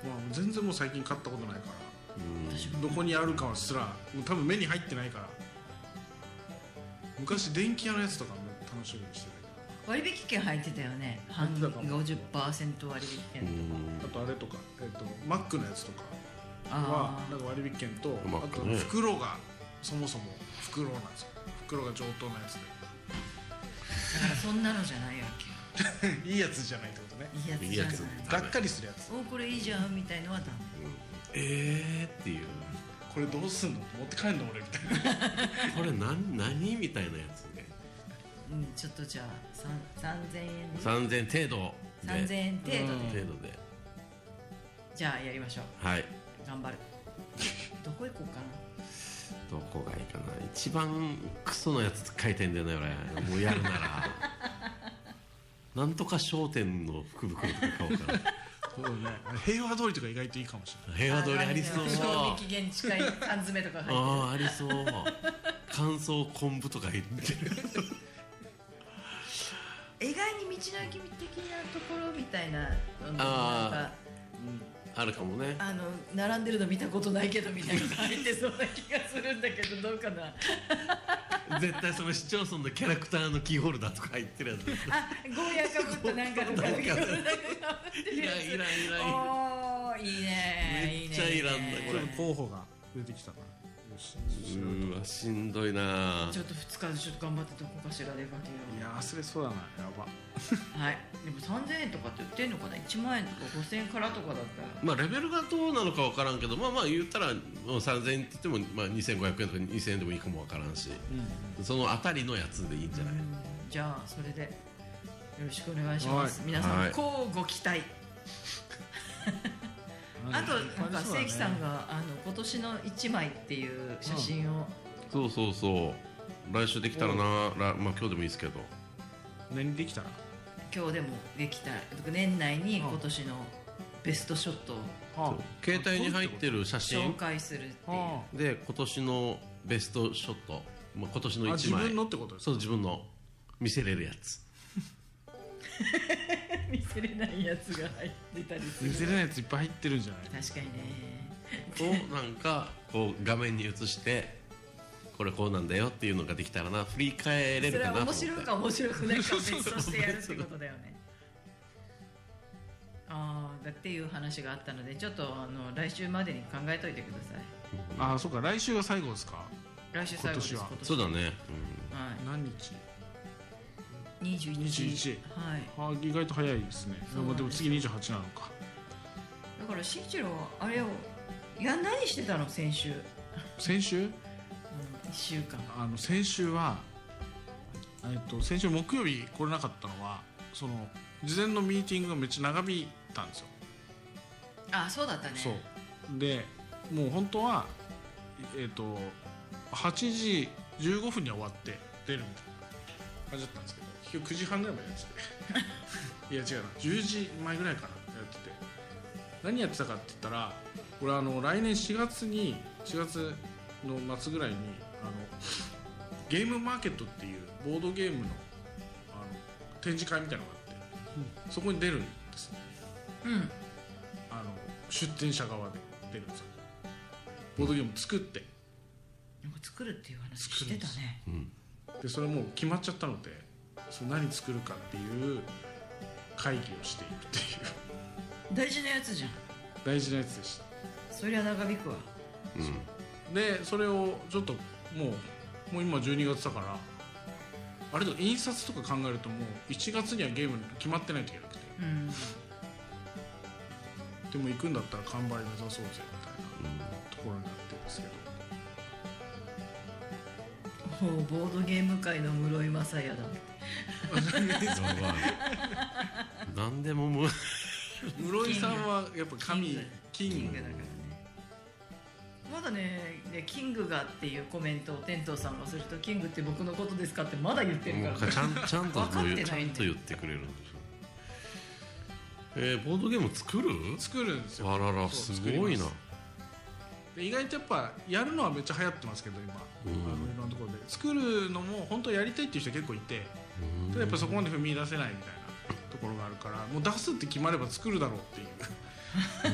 S3: まあ全然もう最近買ったことないか
S2: うん
S1: 私
S3: ら
S1: も
S3: どこにあるかすらもう多分目に入ってないから昔電気屋のやつとかも楽しみにして
S1: 割引券入ってたよね半
S3: 入ってたかも
S1: 50%割引
S2: う
S1: 券
S2: ん
S3: たけどあとあれとか、えっとマックのやつとかは
S1: あ
S3: なんか割引券と、
S2: マ
S3: あ
S2: ッ
S3: と
S2: クね
S3: 袋がそもそも袋なんですよ袋が上等なやつ
S1: あだからそんなのじゃないわ
S3: で いいやつじゃないってことね
S1: けいいやつ
S2: いい
S1: じゃ
S2: や
S1: ない
S2: つ
S3: がっかりするやつ
S1: おこれいいじゃんみたいのはダメ
S2: えーっていう
S3: これどうすんの持って帰んの俺みたいな
S2: これ何何みたいなやつね
S1: うんちょっとじゃあさん3000円で
S2: 3000程度
S1: 3000
S2: で
S1: 円程度
S3: うん
S1: で
S2: 程度で
S1: じゃあやりましょう
S2: はい
S1: 頑張るどこ行こうかな
S2: どこがいいかな一番クソのやつ書いてんだよね俺もうやる ならなんとか商店の福袋とか買おうか
S3: そうね平和通りとか意外といいかもしれ
S2: な平和通りありそう
S1: 賞味期限近い缶詰とか入って
S2: ああありそう乾燥昆布とか入ってる
S1: る意外に道の駅的なところみたいなのなん
S2: あー
S1: か
S2: あるかもね
S1: あの並んでるの見たことないけどみたいなの入ってそうな気がするんだけどどうかな
S2: 絶対その市町村のキャラクターのキーホルダーとか入ってるやつ
S1: あ、ゴーヤーかぶったなんかの
S2: なん
S1: か
S2: か
S1: ぶってる
S2: い
S1: や
S2: らん
S1: つ
S2: いらんいらんいら
S1: お
S2: ん
S1: ーいいね
S2: めっちゃいらんな
S3: ない
S2: こ
S3: ち
S2: れ
S3: ょっと候補が出てきたなよし
S2: うーわしんどいな
S1: ちょっと2日でちょっと頑張ってどこかしら出かけよ
S3: いや忘れそうだなやば
S1: うはいでも3000円とかって売ってんのかな1万円とか5000円からとかだった
S2: まあレベルがどうなのか分からんけどまあまあ言ったらもう3000円って言っても、まあ、2500円とか2000円でもいいかも分からんしそのあたりのやつでいいんじゃ
S1: ら
S2: ない、
S1: うんじゃあそれでよろしくお願いします
S3: は
S1: 皆さん
S2: はい
S1: 乞うご期待あとなんか正規さんがあの今年の1枚っていう写真を
S2: そうそうそう来週できたらなら、まあ、今日でもいいですけど
S3: 何できたら
S1: 今日でもできた年内に今年のベストショットを
S2: 携帯に入って
S3: る
S2: る写
S1: 紹
S2: 真
S1: 介するっていう
S3: あ
S2: で今年のベストショット、まあ、今年の
S3: 自
S2: 1枚
S3: 分のってことです
S2: そう自分の見せれるやつ
S1: 見せれないやつが入ってたりす
S3: 見
S1: る
S3: せれないやついっぱい入ってるんじゃない
S1: 確かにね
S2: をなんかこう画面に映してこれこうなんだよっていうのができたらな振り返れ
S1: そ
S2: る
S1: れ
S2: かな
S1: は
S2: と
S1: 面
S2: 思って
S1: 白いか面白くないか別としてやるってことだよねああだっていう話があったのでちょっとあの来週までに考えといてください
S3: ああそうか来週が最後ですか
S1: 来週最後です
S3: 今年は
S2: そうだね、
S1: は
S3: 何日
S1: い、21
S3: 21
S1: はい
S3: あー意外と早いですね
S1: そうなんですよ
S3: でも次28なのか
S1: だから新一郎はあれをいや何してたの先週
S3: 先週
S1: 1週間
S3: あの先週は、えっと、先週木曜日来れなかったのはその事前のミーティングがめっちゃ長引いたんですよ、
S1: あそうだったね
S3: そうでもう本当はえっ、と8時15分には終わって出るみたいな感じだったんですけど結局9時半ぐらいまでや ってていや違うな10時前ぐらいかなやってて何やってたかって言ったら俺あの来年4月に4月の末ぐらいにあのゲームマーケットっていうボードゲームのあの展示会みたいなのがあって、そこに出るんです
S1: うん
S3: あの出展者側で出るんですよボードゲーム作って
S1: なんか作るっていう話
S3: 作
S1: し
S3: る
S1: て
S3: んで
S1: た
S3: す
S1: ね
S2: うん
S3: でそれもう決まっちゃったのでその何作るかっていう会議をしているっていう
S1: 大事なやつじゃん
S3: 大事なやつでした
S1: そりゃ長引くわ
S2: うん
S3: でそれをちょっともうもう今12月だからあれと印刷とか考えるともう1月にはゲーム決まってないといけなくて
S1: うん
S3: でも行くんだったら完売目指そうぜみたいなところになってるんですけど
S1: もうボードゲーム界の室井雅也だ
S2: やばい何でももう
S3: 室井さんはやっぱ神キング
S1: キングだからねまだねねキングがっていうコメントを天童さんがすると「キングって僕のことですか?」ってまだ言ってる
S2: も
S1: か
S2: う
S1: ら
S2: かちゃんちゃんと
S1: 分かってないんだよ
S2: ちゃんと言ってくれるんでしょえー、ボードゲーム作る
S3: 作るんですよ
S2: あらら
S3: そ
S2: す
S3: う
S2: ごいな
S3: 作りで意外とやっぱやるのはめっちゃ流行ってますけど今、
S2: うん
S3: あのいろんなところで作るのも本当やりたいっていう人結構いてただやっぱそこまで踏み出せないみたいなところがあるからもう出すって決まれば作るだろうっていう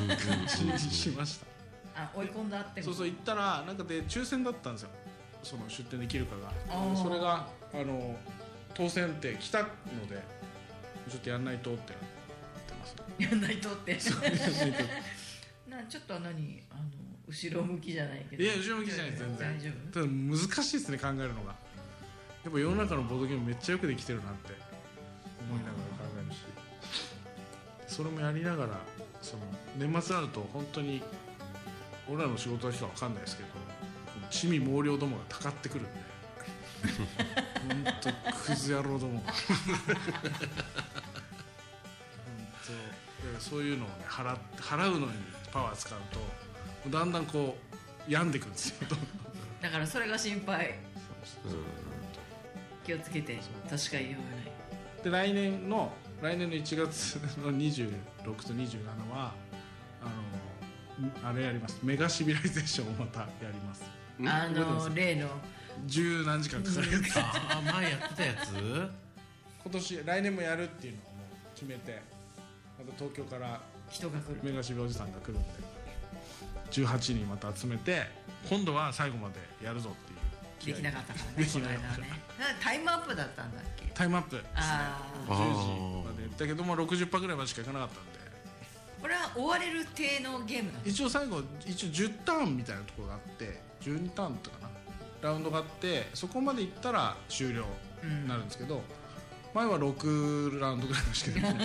S2: うん うんうんうん
S3: 感じにしました
S1: あ追い込んだってこ
S3: そ
S1: と
S3: うそう行ったらなんかで抽選だったんですよその出店できるか
S1: あー
S3: がそれがあの当選って来たのでちょっとやんないとってなってます
S1: やんないとって
S3: ね
S1: なちょっとは何あの後ろ向きじゃないけど
S3: いや後ろ向きじゃない全然
S1: 大丈
S3: ただ難しいですね考えるのがやっぱ世の中のボードゲームめっちゃよくできてるなって思いながら考えるしそれもやりながらその年末になると本当に俺らの仕事だけか分かんないですけど地味毛量どもがたかってくるんで本当クズ野郎どもが本当いやそういうのをね払っ払うのにパワー使うとだんだんこう病んでくるんですよどんどん
S1: 夫だからそれが心配
S2: う
S1: 気をつけて
S3: そう
S1: 確かに言わない
S3: で来年の来年の1月の26と27はあのあれやりますメガシビライゼーションをまたやります
S2: ん
S1: あ
S3: 覚えてま
S1: の
S3: す
S1: 例の
S3: 十何時間かかるやつ
S2: あー前やってたやつ
S3: 今年来年もやるっていうのをもう決めてまた東京から
S1: 人が来る
S3: メガシビおじさんが来るんで18人また集めて今度は最後までやるぞって
S1: で
S3: いう
S1: きなかったから
S3: で
S1: ね
S3: き
S1: この
S3: なか
S1: 間
S3: った
S1: はねなタイムアップだったんだっけ
S3: タイムアップ10
S1: ああ
S2: あ
S3: 時までだけども60パーぐらいまでしかいかなかったんで
S1: これは追われる体のゲームだ
S3: 一応最後一応10ターンみたいなところがあって12ターンとかなラウンドがあってそこまで行ったら終了
S1: うん
S3: になるんですけど、前は6ラウンドぐらいまでしかできなく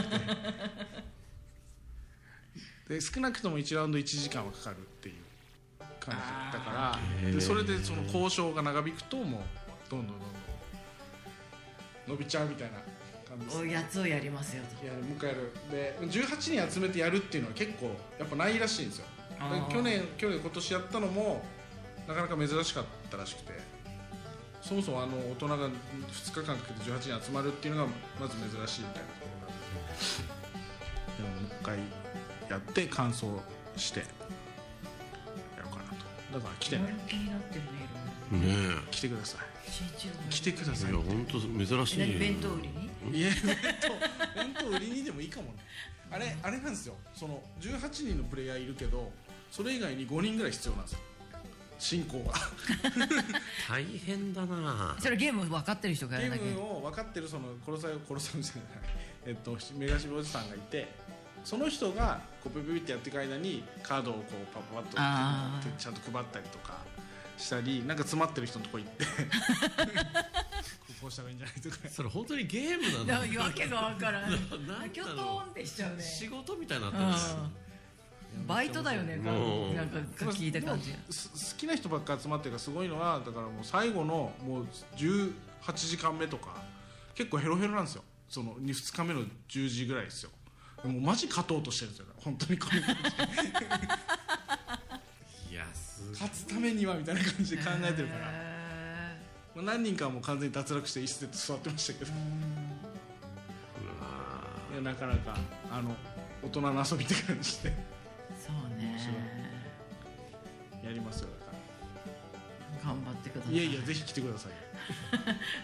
S3: てで少なくとも1ラウンド1時間はかかるっていう感じだか
S2: あー
S3: らでそれでその交渉が長引くともうどんどんどんどん伸びちゃうみたいな感じです
S1: おやつをやりますよと
S3: いやもう一回やるで18人集めてやるっていうのは結構やっぱないらしいんですよ
S1: あー
S3: で去年去年今年やったのもなかなか珍しかったらしくてそもそもあの大人が2日間かけて18人集まるっていうのがまず珍しいみたいなところなんででももう一回やって完走してやろうかなとだから来てね
S1: 気になってるねいろい
S2: ね
S1: ろね
S3: 来てくださ
S1: 新一郎
S3: い来てくだ
S2: え
S3: さい
S2: いや本当珍しい
S1: 何弁当売りに
S3: いや弁当弁当売りにでもいいかもねあれあれなんですよその18人のプレイヤーいるけどそれ以外に5人ぐらい必要なんですよ進行が
S2: 大変だな
S1: それゲーム分かってる人がや
S3: ゲ
S1: らなきゃい
S3: ー
S1: けない
S3: ムを分かってるその殺さ殺さんじゃないえっと目頭おじさんがいてその人がこうピピピってやっていく間にカードをこうパパパ
S1: あ
S3: ッ
S1: ー
S3: とちゃんと配ったりとかしたりなんか詰まってる人のとこ 行ってこうこうした方がいいんじゃないとか
S2: それ本当にゲームな
S1: な
S2: の
S1: んかわけがわからん
S2: なんだろう
S1: きょとんってしちゃうね
S2: 仕事みたいになってます
S1: うんバイトだよね
S2: うん
S1: なんか聞いた感じ
S3: す好きな人ばっか集まってるからすごいのはだからもう最後のもう18時間目とか結構ヘロヘロなんですよその 2, 日目の10時ぐらいですよでもマジ勝とうとしてるんですよ本当にこれ
S2: いやす
S3: 勝つためにはみたいな感じで考えてるから、
S1: へ
S3: まあ、何人かはもう完全に脱落して椅子で座ってましたけど
S1: ーうん
S3: いやなかなかあの大人の遊びって感じで
S1: そうね
S3: 面白いやりますよだから
S1: 頑張ってください
S3: いやいやぜひ来てくださいよ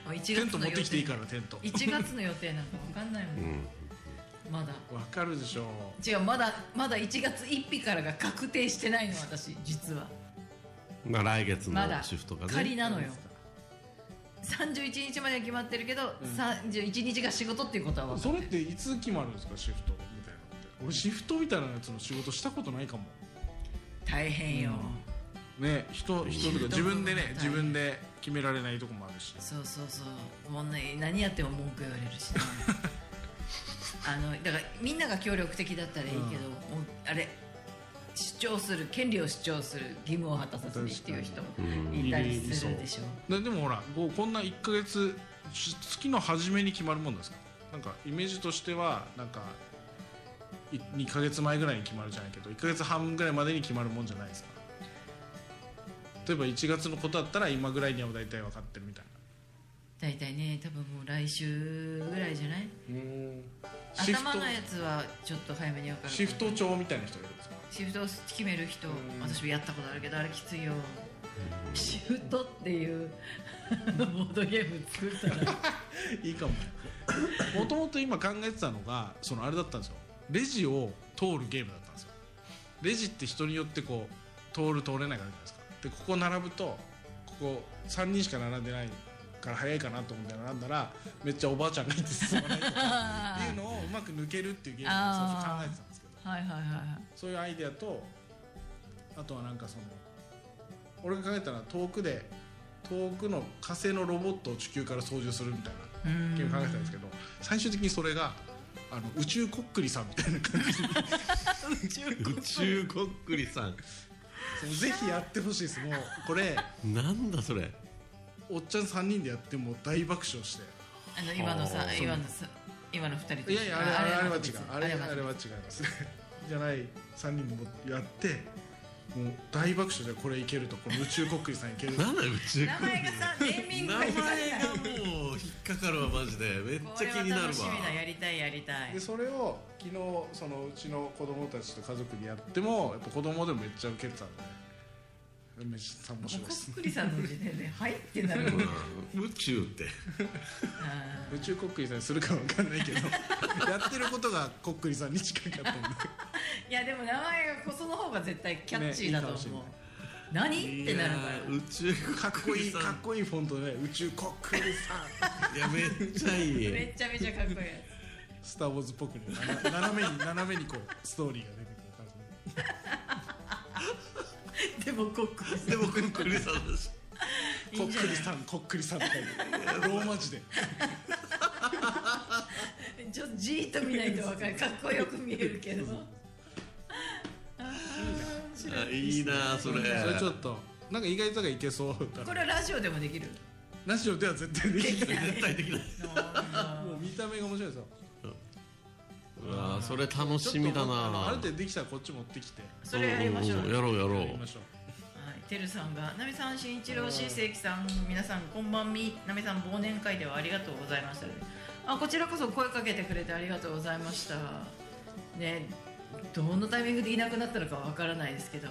S1: もう1
S3: テン
S1: 月
S3: ト
S1: の
S3: 持っ
S1: 予定
S3: てきていいからテント
S1: 1月の予定なんかわかんないもん、
S2: うん
S1: まだ
S3: わかるでしょ
S1: 違うまだまだ1月1日からが確定してないの私実は
S2: まあ来月
S1: まだ
S2: のシフトが
S1: 仮
S2: ね
S1: なのよ31日までは決まってるけど、31日が仕事っていうことは分か
S3: そ
S1: る
S3: れっていつ決まるんですかシフトみたいなのって俺シフトみたいなやつの仕事したことないかも
S1: 大変よ、
S3: ね人人とか
S1: うん
S3: 自分で
S1: は
S3: ね
S1: い
S3: 自分で決められないとこもあるし
S1: そうそうそうもう、ね、何やっても文句言われる しね、あのだからみんなが協力的だったらいいけど、
S3: うん
S1: もうあれ主張する権利を主張する義務を果たさずにっていう人も
S2: うん
S1: いたりするでしょ
S3: ででもほらこうこんな1か月し月の初めに決まるもんなんですかなんかイメージとしてはなんか2か月前ぐらいに決まるじゃないけど1か月半ぐらいまでに決まるもんじゃないですか例えば1月のことだったら今ぐらいには大体分かってるみたい
S1: 大体ね多分もう来週ぐらいじゃない
S3: なシフト
S1: 頭のやつはちょっと早めに分かる
S3: シフト帳みたいな人がいるんですか
S1: シフトを決める人
S3: うん
S1: 私もやったことあるけどあれきついよシフトっていう ボードゲーム作 ったら
S3: いいかももともと今考えてたのがそのあれだったんですよレジを通るゲームだったんですよレジって人によってこう通る通れないがあるじゃないですかでここ並ぶとここ3人しか並んでないから早いかなと思って並んだらめっちゃおばあちゃんがいて進まないとかっていうのをうまく抜けるっていうゲームを最初考えてたんですけど
S1: はいはいはいはい
S3: そういうアイデアとあとはなんかその俺が考えたのは遠くで遠くの火星のロボットを地球から操縦するみたいな
S1: うん
S3: ゲーム考えてたんですけど最終的にそれがあの宇宙こっくりさんみたいな感じで
S2: 宇宙こっくりさん
S3: そのぜひやってほしいですもうこれ
S2: なんだそれ
S3: おっちゃん3人でやっても大爆笑して
S1: あの今のさ
S2: あー
S1: 今のさ今の二人と
S3: い
S1: 一緒
S3: やいやあれあれあれは違う
S1: 別
S3: あれ
S1: は
S3: あれは違いますねじゃない3人もやってもう大爆笑でこれいけるとこの宇宙こっくりさんいけると
S2: なんだよ宇宙こ
S1: 名前がさネーミン
S2: 名
S1: グ
S2: 前
S1: 引っ
S2: が
S1: かかる
S2: もう引っかかるわマジでめっ
S1: こ
S2: ち
S1: れ
S2: ゃ気
S1: は
S2: になるわ
S1: 楽しみだやりたいやりたい
S3: でそれを昨日そのうちの子供たちと家族でやってもやっぱ子供でもめっちゃウケてたんでめっちゃ面
S1: もう
S3: 白いで
S1: こ
S3: す
S1: っくりさんの時点で「はい」ってなる
S2: うん宇宙って
S1: あ
S3: 宇宙こっくりさんにするかわかんないけどやってることがこっくりさんに近かったんで
S1: ーいやでも名前がこその方が絶対キャッチーだと
S3: ねいいかもしれな
S1: 思う
S3: い
S1: 何ってなるか
S2: い
S1: ら
S2: やー宇宙
S3: かっこいい
S2: さ
S3: かっこいいフォントで宇宙こっくりさん
S2: んいやめっちゃいい
S1: めっちゃめちゃかっこいいや
S3: スター・ウォーズっぽくねな斜めに 斜めにこうストーリーが出てくる感じ
S1: つでもこっくりさ
S2: でもこっくりさんだし
S1: んい
S3: こ
S1: いん
S3: っ
S1: じゃ
S3: く
S1: な
S3: りさんこっくりさんって書いてローマ字で
S1: いちょっとじーっと見ないと分かるかっこよく見える けど
S2: あいいなそれ
S3: それちょっとなんか意外とかいけそうだ
S1: こ
S3: な
S1: れはラジオでもできる
S3: ラジオでは絶対できな い
S2: 絶対できない
S3: もう見た目が面白いですよ
S2: うわーそれ楽しみだ
S3: ちょっとあのあ
S2: な
S3: る程度できたらこっち持ってきて
S1: それやりましょうん
S2: んんやろうやろう
S3: やりましょう
S1: はい、てるさんが、なみさん、しんいちろう、しんせいきさん、皆さん、こんばんみ、なみさん、忘年会ではありがとうございました、ね。あ、こちらこそ声かけてくれてありがとうございました。ね、どのタイミングでいなくなったのかわからないですけど、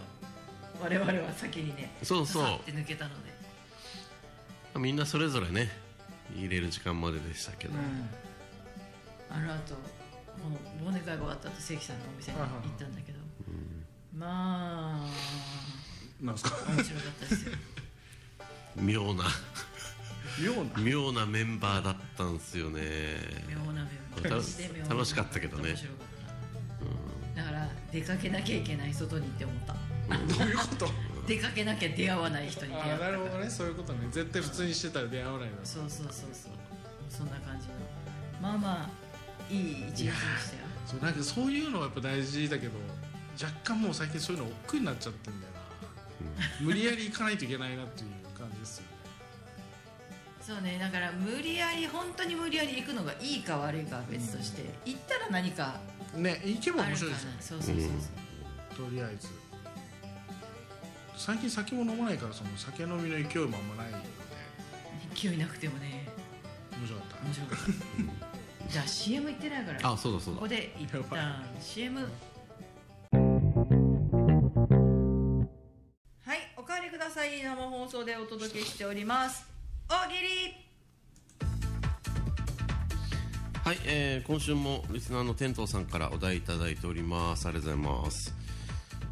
S1: 我々は先にね、
S2: そうそう
S1: ささって抜けたので。
S2: みんなそれぞれね入れる時間まででしたけど、
S1: あの後、この忘年会が終わった後、せいきさんのお店に行ったんだけど、まあ、
S3: なんですか
S1: 面白かったですよ。
S2: 妙な
S3: 妙な
S2: 妙なメンバーだったんですよね
S1: 妙な面
S2: た
S1: マジで妙な
S2: 楽しかったけどね
S1: 面白かっただから出かけなきゃいけない外にって思った
S3: どういうこと
S1: 出かけなきゃ出会わない人に出会
S3: あ
S1: った
S3: あ
S1: か
S3: な
S1: ら
S3: るほどねそういうことね絶対普通にしてたら出会わないな
S1: そうそうそうそうそんな感じのまあまあいい一日でしたよ
S3: そうなんかそういうのはやっぱ大事だけど若干もう最近そういうの億劫になっちゃってんだよな無理やり行かないといけないなっていう感じですよね
S1: そうねだから無理やり本当に無理やり行くのがいいか悪いかは別として、行ったら何か
S3: ね行けば
S1: ある
S3: 面
S1: か
S3: 白い
S1: な
S3: ですよね
S1: そうそうそうそう、
S3: とりあえず最近酒も飲まないからその酒飲みの勢いもあんまないので
S1: 勢いなくてもね
S3: 面白かった
S1: 面白かっ たじゃあ CM 行ってないから
S2: あそうだそう
S1: こ
S2: だ
S1: こで一
S3: やば
S1: 旦 CM はいお帰りください生放送でお届けしております大喜利
S2: はい、えー今週もリスナーの天童さんからお題いただいておりますありがとうございます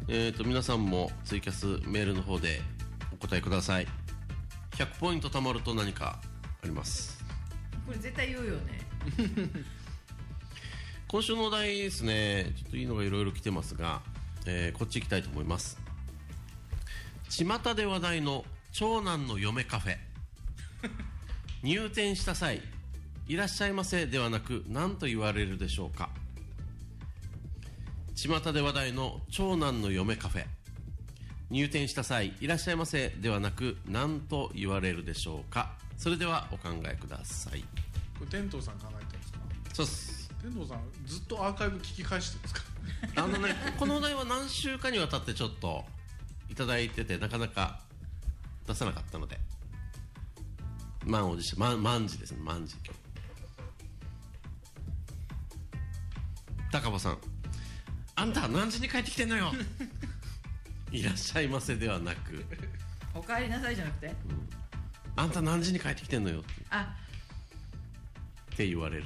S2: えっ、と皆さんもツイキャスメールの方でお答えください100ポイント貯まると何かあります
S1: これ絶対言うよね
S2: 今週のお題ですねちょっといいのがいろいろ来てますが、えーこっち行きたいと思います巷で話題の長男の嫁カフェ入店した際「いらっしゃいませ」ではなく何と言われるでしょうか巷で話題の長男の嫁カフェ入店した際「いらっしゃいませ」ではなく何と言われるでしょうかそれではお考えください
S3: これ天童さん考えてるんですか
S2: そうっす
S3: 天童さんずっとアーカイブ聞き返してるんですか
S2: あのね、このお題は何週かにわたってちょっといただいてて、なかなか出さなかったので。満を持して、満満時ですね、満時今日。高尾さん、あんた何時に帰ってきてんのよ いらっしゃいませではなく、
S1: お帰りなさいじゃなくて
S2: あんた何時に帰ってきてんのよ
S1: あ
S2: って言われる。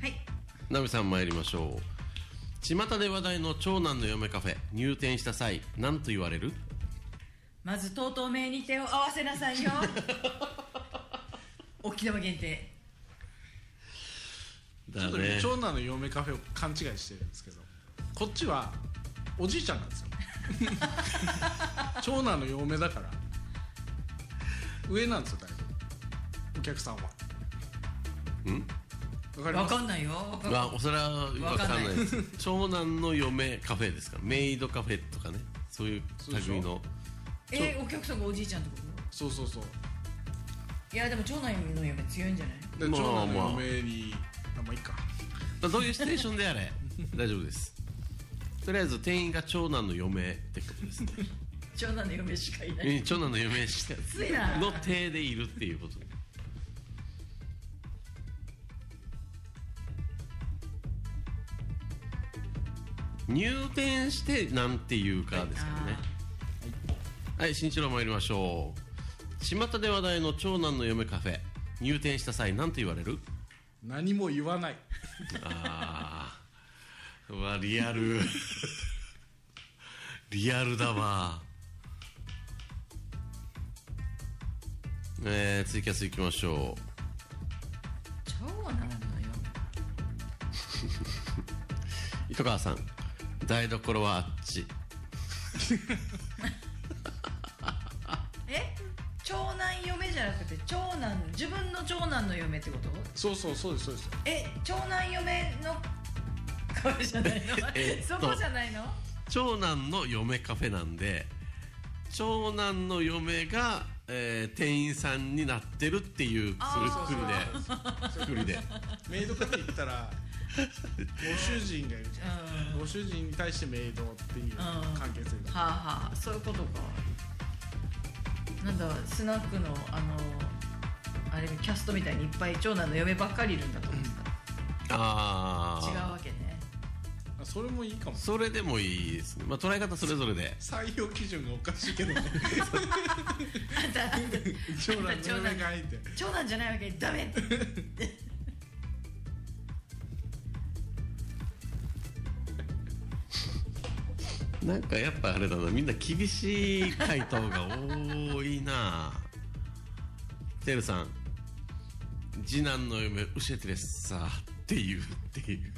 S1: はい
S2: ナミさん参りましょう。巷で話題の長男の嫁カフェ、入店した際、何と言われる
S1: まずとうとう名に手を合わせなさ いよ沖縄限定
S2: だ
S3: ちょ
S2: ね
S3: っとね長男の嫁カフェを勘違いしてるんですけどこっちはおじいちゃんなんですよ長男の嫁だから上なんですよだいぶお客さんは
S2: ん
S3: わかり
S1: わ
S3: ます
S1: かんないよ
S2: まあ、お皿はよくわかんない
S1: わかんない
S2: です。長男の嫁カフェですかメイドカフェとかね。そういう類の。
S1: えお客さんがおじいちゃんってこ
S3: そうそうそう
S1: といやでも長男の嫁強いんじゃない
S3: で
S2: まあ
S3: 長男
S2: まあ
S3: の嫁にあまあいいか
S2: まあ、どういうシチュエーションであれ、 大丈夫です。とりあえず店員が長男の嫁ってことですね。
S1: 長男の嫁しかいない
S2: え長男の嫁して
S1: ついな
S2: の体でいるっていうこと。入店してなんていうかですからね。はい、新一郎参りましょう。巷で話題の長男の嫁カフェ、入店した際、なんて言われる
S3: 何も言わない
S2: ああ、うわ、リア ル。リアルだわ。えー、ツイキャス行きましょう。
S1: 長男の
S2: 糸川さん、台所はあっち。
S1: 嫁え長男嫁じゃなくて長男自分の長男の嫁ってこと
S3: そうそうそうですそうです
S1: え長男嫁の顔じゃないの
S2: えっと
S1: そこじゃないの
S2: 長男の嫁カフェなんで、長男の嫁が、えー店員さんになってるっていう、
S1: あー
S2: それくくりで、くくりで。
S3: メイドカフェ行ったらご主人がいるじゃないですか
S1: うん
S3: ご主人に対してメイドっていう関係性が
S1: はあはあそういうことかなんだスナックのあのあれキャストみたいにいっぱい長男の嫁ばっかりいるんだと思って
S2: あ
S1: た
S2: あ。
S1: 違うわけね
S3: あそれもいいかも
S2: それでもいいですね。まあ、捉え方それぞれで。
S3: 採用基準がおかしいけどね
S1: あんたあんた
S3: 長男の嫁が入って
S1: 長男じゃないわけダメ
S2: なんかやっぱあれだな、みんな厳しい回答が多いな。 てるさん、次男の嫁、教えてれっさっていうっていう。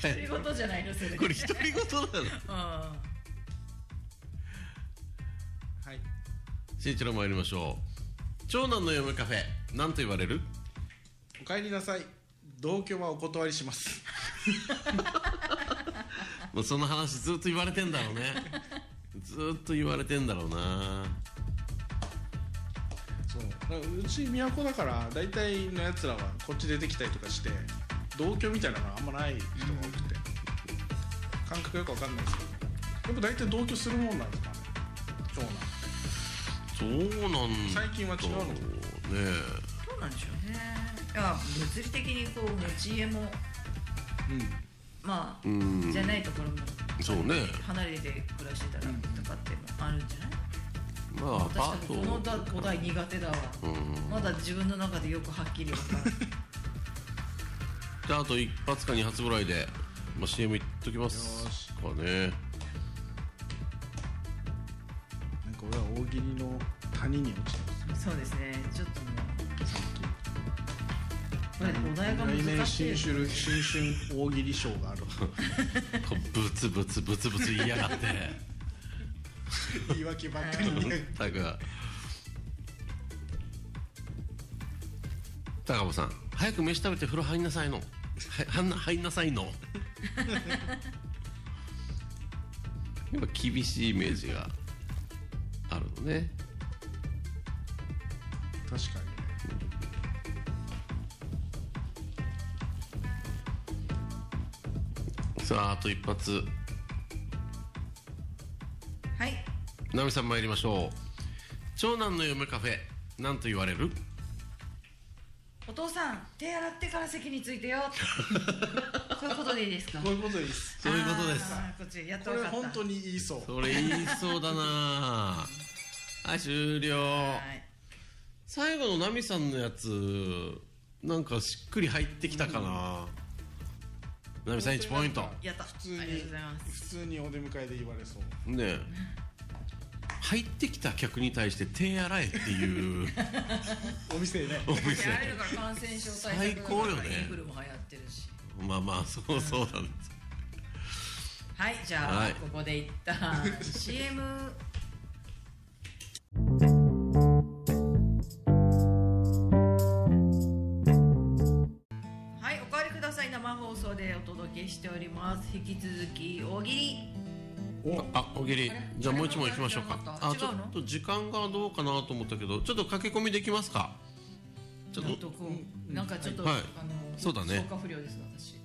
S1: そういうことじゃないのそれ
S2: これ独り言な の。
S1: うん
S3: はい
S2: しんいちろ参りましょう。長男の嫁カフェ、なんと言われる
S3: お帰りなさい同居はお断りします
S2: もうその話ずっと言われてんだろうねずっと言われてんだろうな
S3: そうなんかうち都だから大体のやつらはこっち出てきたりとかして同居みたいなのがあんまない人が多くて、感覚よくわかんないですけどやっぱ大体同居するもんなんですかね長男
S2: そうなん
S3: 最近は違うのか
S2: ね
S1: どうなんでしょうねいや物理的にこう持ち家も
S3: うん
S1: ま
S2: う
S1: あ、
S2: ん
S1: じゃないところも
S2: そうね
S1: 離れて暮らしてたら
S3: うん
S1: とかってもあるんじゃない
S2: まあアパ
S1: 私多
S2: ート
S1: 分このだお題苦手だわ
S2: うん
S1: まだ自分の中でよくはっきり分からない
S2: じゃああと一発か二発ぐらいで、まあ、CM いっときます
S3: よし
S2: かね
S3: なんか俺は大喜利の谷に落ちてます
S1: そうですねちょっとも
S3: 最近
S1: うお題が難しい
S3: 来年新春新春大喜利賞がある
S2: こうブツブツブツブツ言いやが って
S3: 言い訳ばっかりで
S2: たく高尾さん早く飯食べて風呂入んなさいのははんな入んなさ いのやっぱ厳しいイメージがあるのね
S3: 確かにね
S2: さああと一発
S1: はい
S2: ナミさん参りましょう長男の嫁カフェなんと言われる
S1: お父さん手洗ってから席についてよそういうことでいいですか
S3: こういうことです
S2: そういうことです
S1: あーこっちやっ
S3: ことれ
S1: 分かった
S3: 本当に言いそう
S2: それ言いそうだなはい終了
S1: はい
S2: 最後のナミさんのやつなんかしっくり入ってきたかな、ナミさん1ポイント
S1: やった
S3: 普通に
S1: ありがとうございます
S3: 普通にお出迎えで言われそう
S2: ねえ入ってきた客に対して手洗えっていう
S3: お店ね
S2: お店
S1: やれるから感染症対策
S2: 最高よね
S1: インフルも流行ってるし
S2: まあまあそうそうなんで
S1: はいじゃあ、
S2: はい
S1: ここで一 旦 CM はいおかわりください生放送でお届けしております引き続き大喜利
S3: お
S2: すあおぎり
S1: あれ
S2: じゃあもう一問いきましょうか
S1: あ
S2: あ
S1: れ
S2: ちょっと時間がどうかなと思ったけどちょっと駆け込みできますかちょっ
S1: なん
S2: と
S1: とこうなんかちょっと、
S2: はい
S1: あの
S2: そうだね
S1: 消化不良です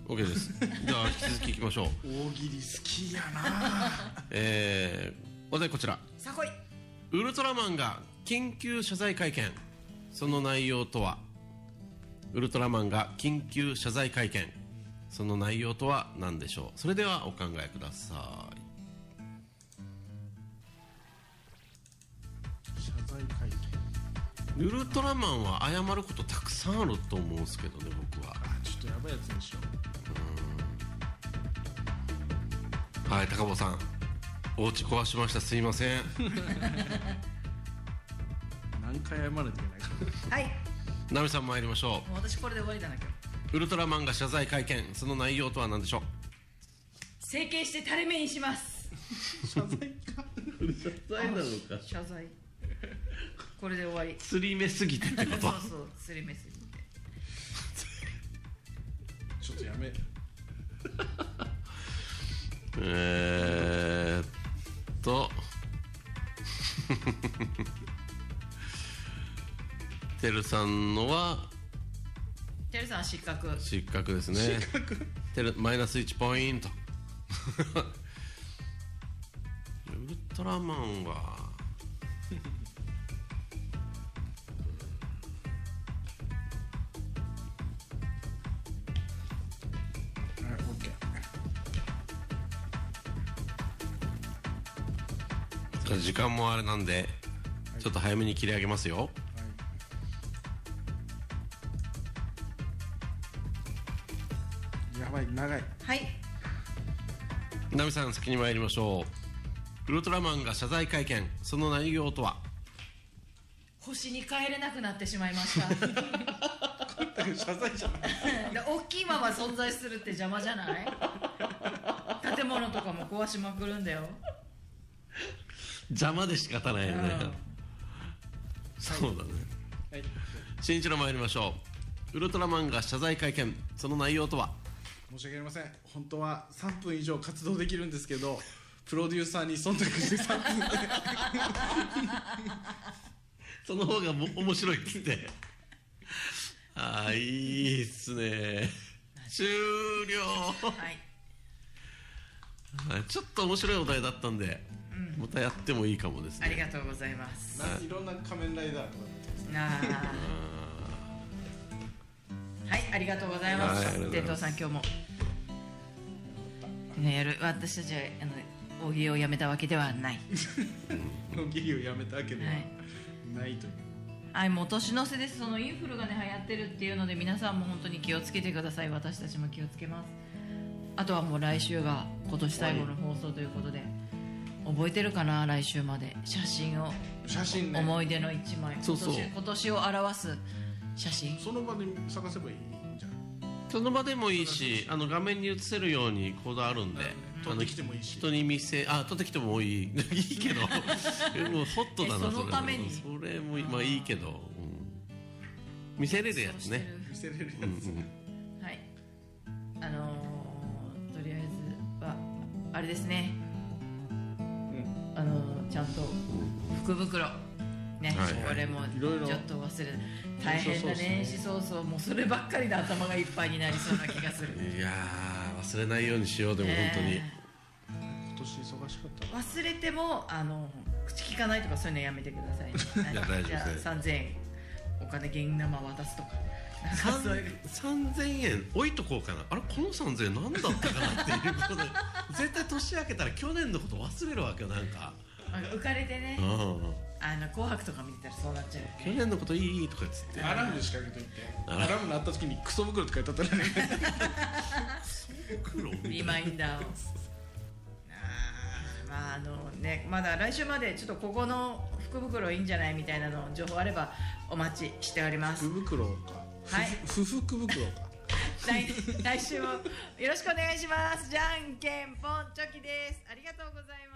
S1: 私
S2: OK ですじゃあ引き続きいきましょう
S3: 大喜利好きやな
S2: えー、お題こちら
S1: さあ来い
S2: ウルトラマンが緊急謝罪会見その内容とはウルトラマンが緊急謝罪会見その内容とは何でしょうそれではお考えください
S3: 謝罪会
S2: ウ
S3: 見
S2: ルトラマンは謝ることたくさんあると思うんですけどね僕は
S3: あちょっとやばいやつにしよ
S2: はい高坊さんお家壊しましたすいません
S3: う何回謝るんじゃないか
S1: はい
S2: ナミさん参りましょ
S1: もう私これで終わりだな今日
S2: うウルトラマンが謝罪会見その内容とは何でしょう
S1: 整形して垂れ目にし ます
S3: 謝罪か
S2: 謝罪
S1: 謝罪これで終わり
S2: すり目すぎてってこ
S1: そ
S2: と
S1: うそうすり目すぎて
S3: ちょっとやめ
S2: えーっと てるさんのは
S1: てるさん失格
S2: 失格ですねてるマイナス1ポイント ウルトラマンは
S3: はいオッケ
S2: 時間もあれなんでちょっと早めに切り上げますよ
S3: ーはいやばい長い
S1: はい
S2: ナミさん先に参りましょうウルトラマンが謝罪会見その内容とは
S1: 星に帰れなくなってしまいました で
S3: 謝罪じゃない
S1: 大きいまま存在するって邪魔じゃ ない建物とかも壊しまくるんだよ、
S2: 邪魔で仕方ないよね、そうだね
S3: はい
S2: 新一郎参りましょうウルトラマンが謝罪会見その内容とは
S3: 申し訳ありません本当は3分以上活動できるんですけどプロデューサーに忖度して3分で
S2: その方がも面白いっつって。ああ、いいっすね。終了
S1: はい
S2: ちょっと面白いお題だったんで、またやってもいいかもですね。
S1: ありがとうございます
S3: いろんな仮面ライダーとか
S1: なあはいありがとうございま
S2: はいあ
S1: す
S2: りがとう
S1: 天童
S2: ございます
S1: さん今日もねやる私たちはあの大喜利をやめたわけではない
S3: のギリをやめたわけでは
S1: はい
S3: ないという、
S1: はい、もう年の瀬です。そのインフルがね流行ってるっていうので皆さんも本当に気をつけてください。私たちも気をつけます。あとはもう来週が今年最後の放送ということで、覚えてるかな来週まで写真を
S3: 写真ね
S1: 思い出の一枚。
S2: そうそう
S1: 今年今年を表す写真。
S3: その場で探せばいいんじゃない
S2: その場でもいいし、あの画面に映せるようにコードあるんで、
S3: 撮
S2: あ
S3: っ
S2: の
S3: てきてもいいし
S2: 人に見せ、あ、撮ってきてもいい、い いけど、もうホットだな、
S1: えそのために
S2: それそれもまあいいけど、うん見せれるやつね。
S3: 見せれるや
S2: うん
S3: つ、
S1: はい。あのー、とりあえずはあれですね。あのー、ちゃんと福袋ね、
S2: はい
S1: これも
S3: いろいろ
S1: ちょっと忘れ大変だねしそうそうもうそればっかりで頭がいっぱいになりそうな気がする
S2: うんいやー、忘れないようにしよう、でも本当に。
S1: ね
S3: 今年忙しかった
S1: え忘れてもあの口聞かないとかそういうのやめてください
S2: いや大丈夫です
S1: じゃあ3000円お金現生渡すとかなん かそういう
S2: 3000円置いとこうかなあれこの3000円何だったかなっていうことで 絶対年明けたら去年のこと忘れるわけよなんか、
S1: なんか浮かれてね
S2: うん、
S1: あの紅白とか見てたらそうなっちゃうよ
S2: 去
S1: ね
S2: 年のこといいとかっつって
S3: アラームで仕掛けといて
S2: あ
S3: ア
S2: ら
S3: ラーム鳴った時にクソ袋って書いてあったらね
S2: 黒みた
S1: リ
S2: いな
S1: マインダーをあーまああのねまだ来週までちょっとここの福袋いいんじゃないみたいなの情報あればお待ちしております
S3: 福袋か
S1: はい
S3: ふふ福袋か
S1: 来来週もよろしくお願いしますじゃんけんぽんチョキですありがとうございます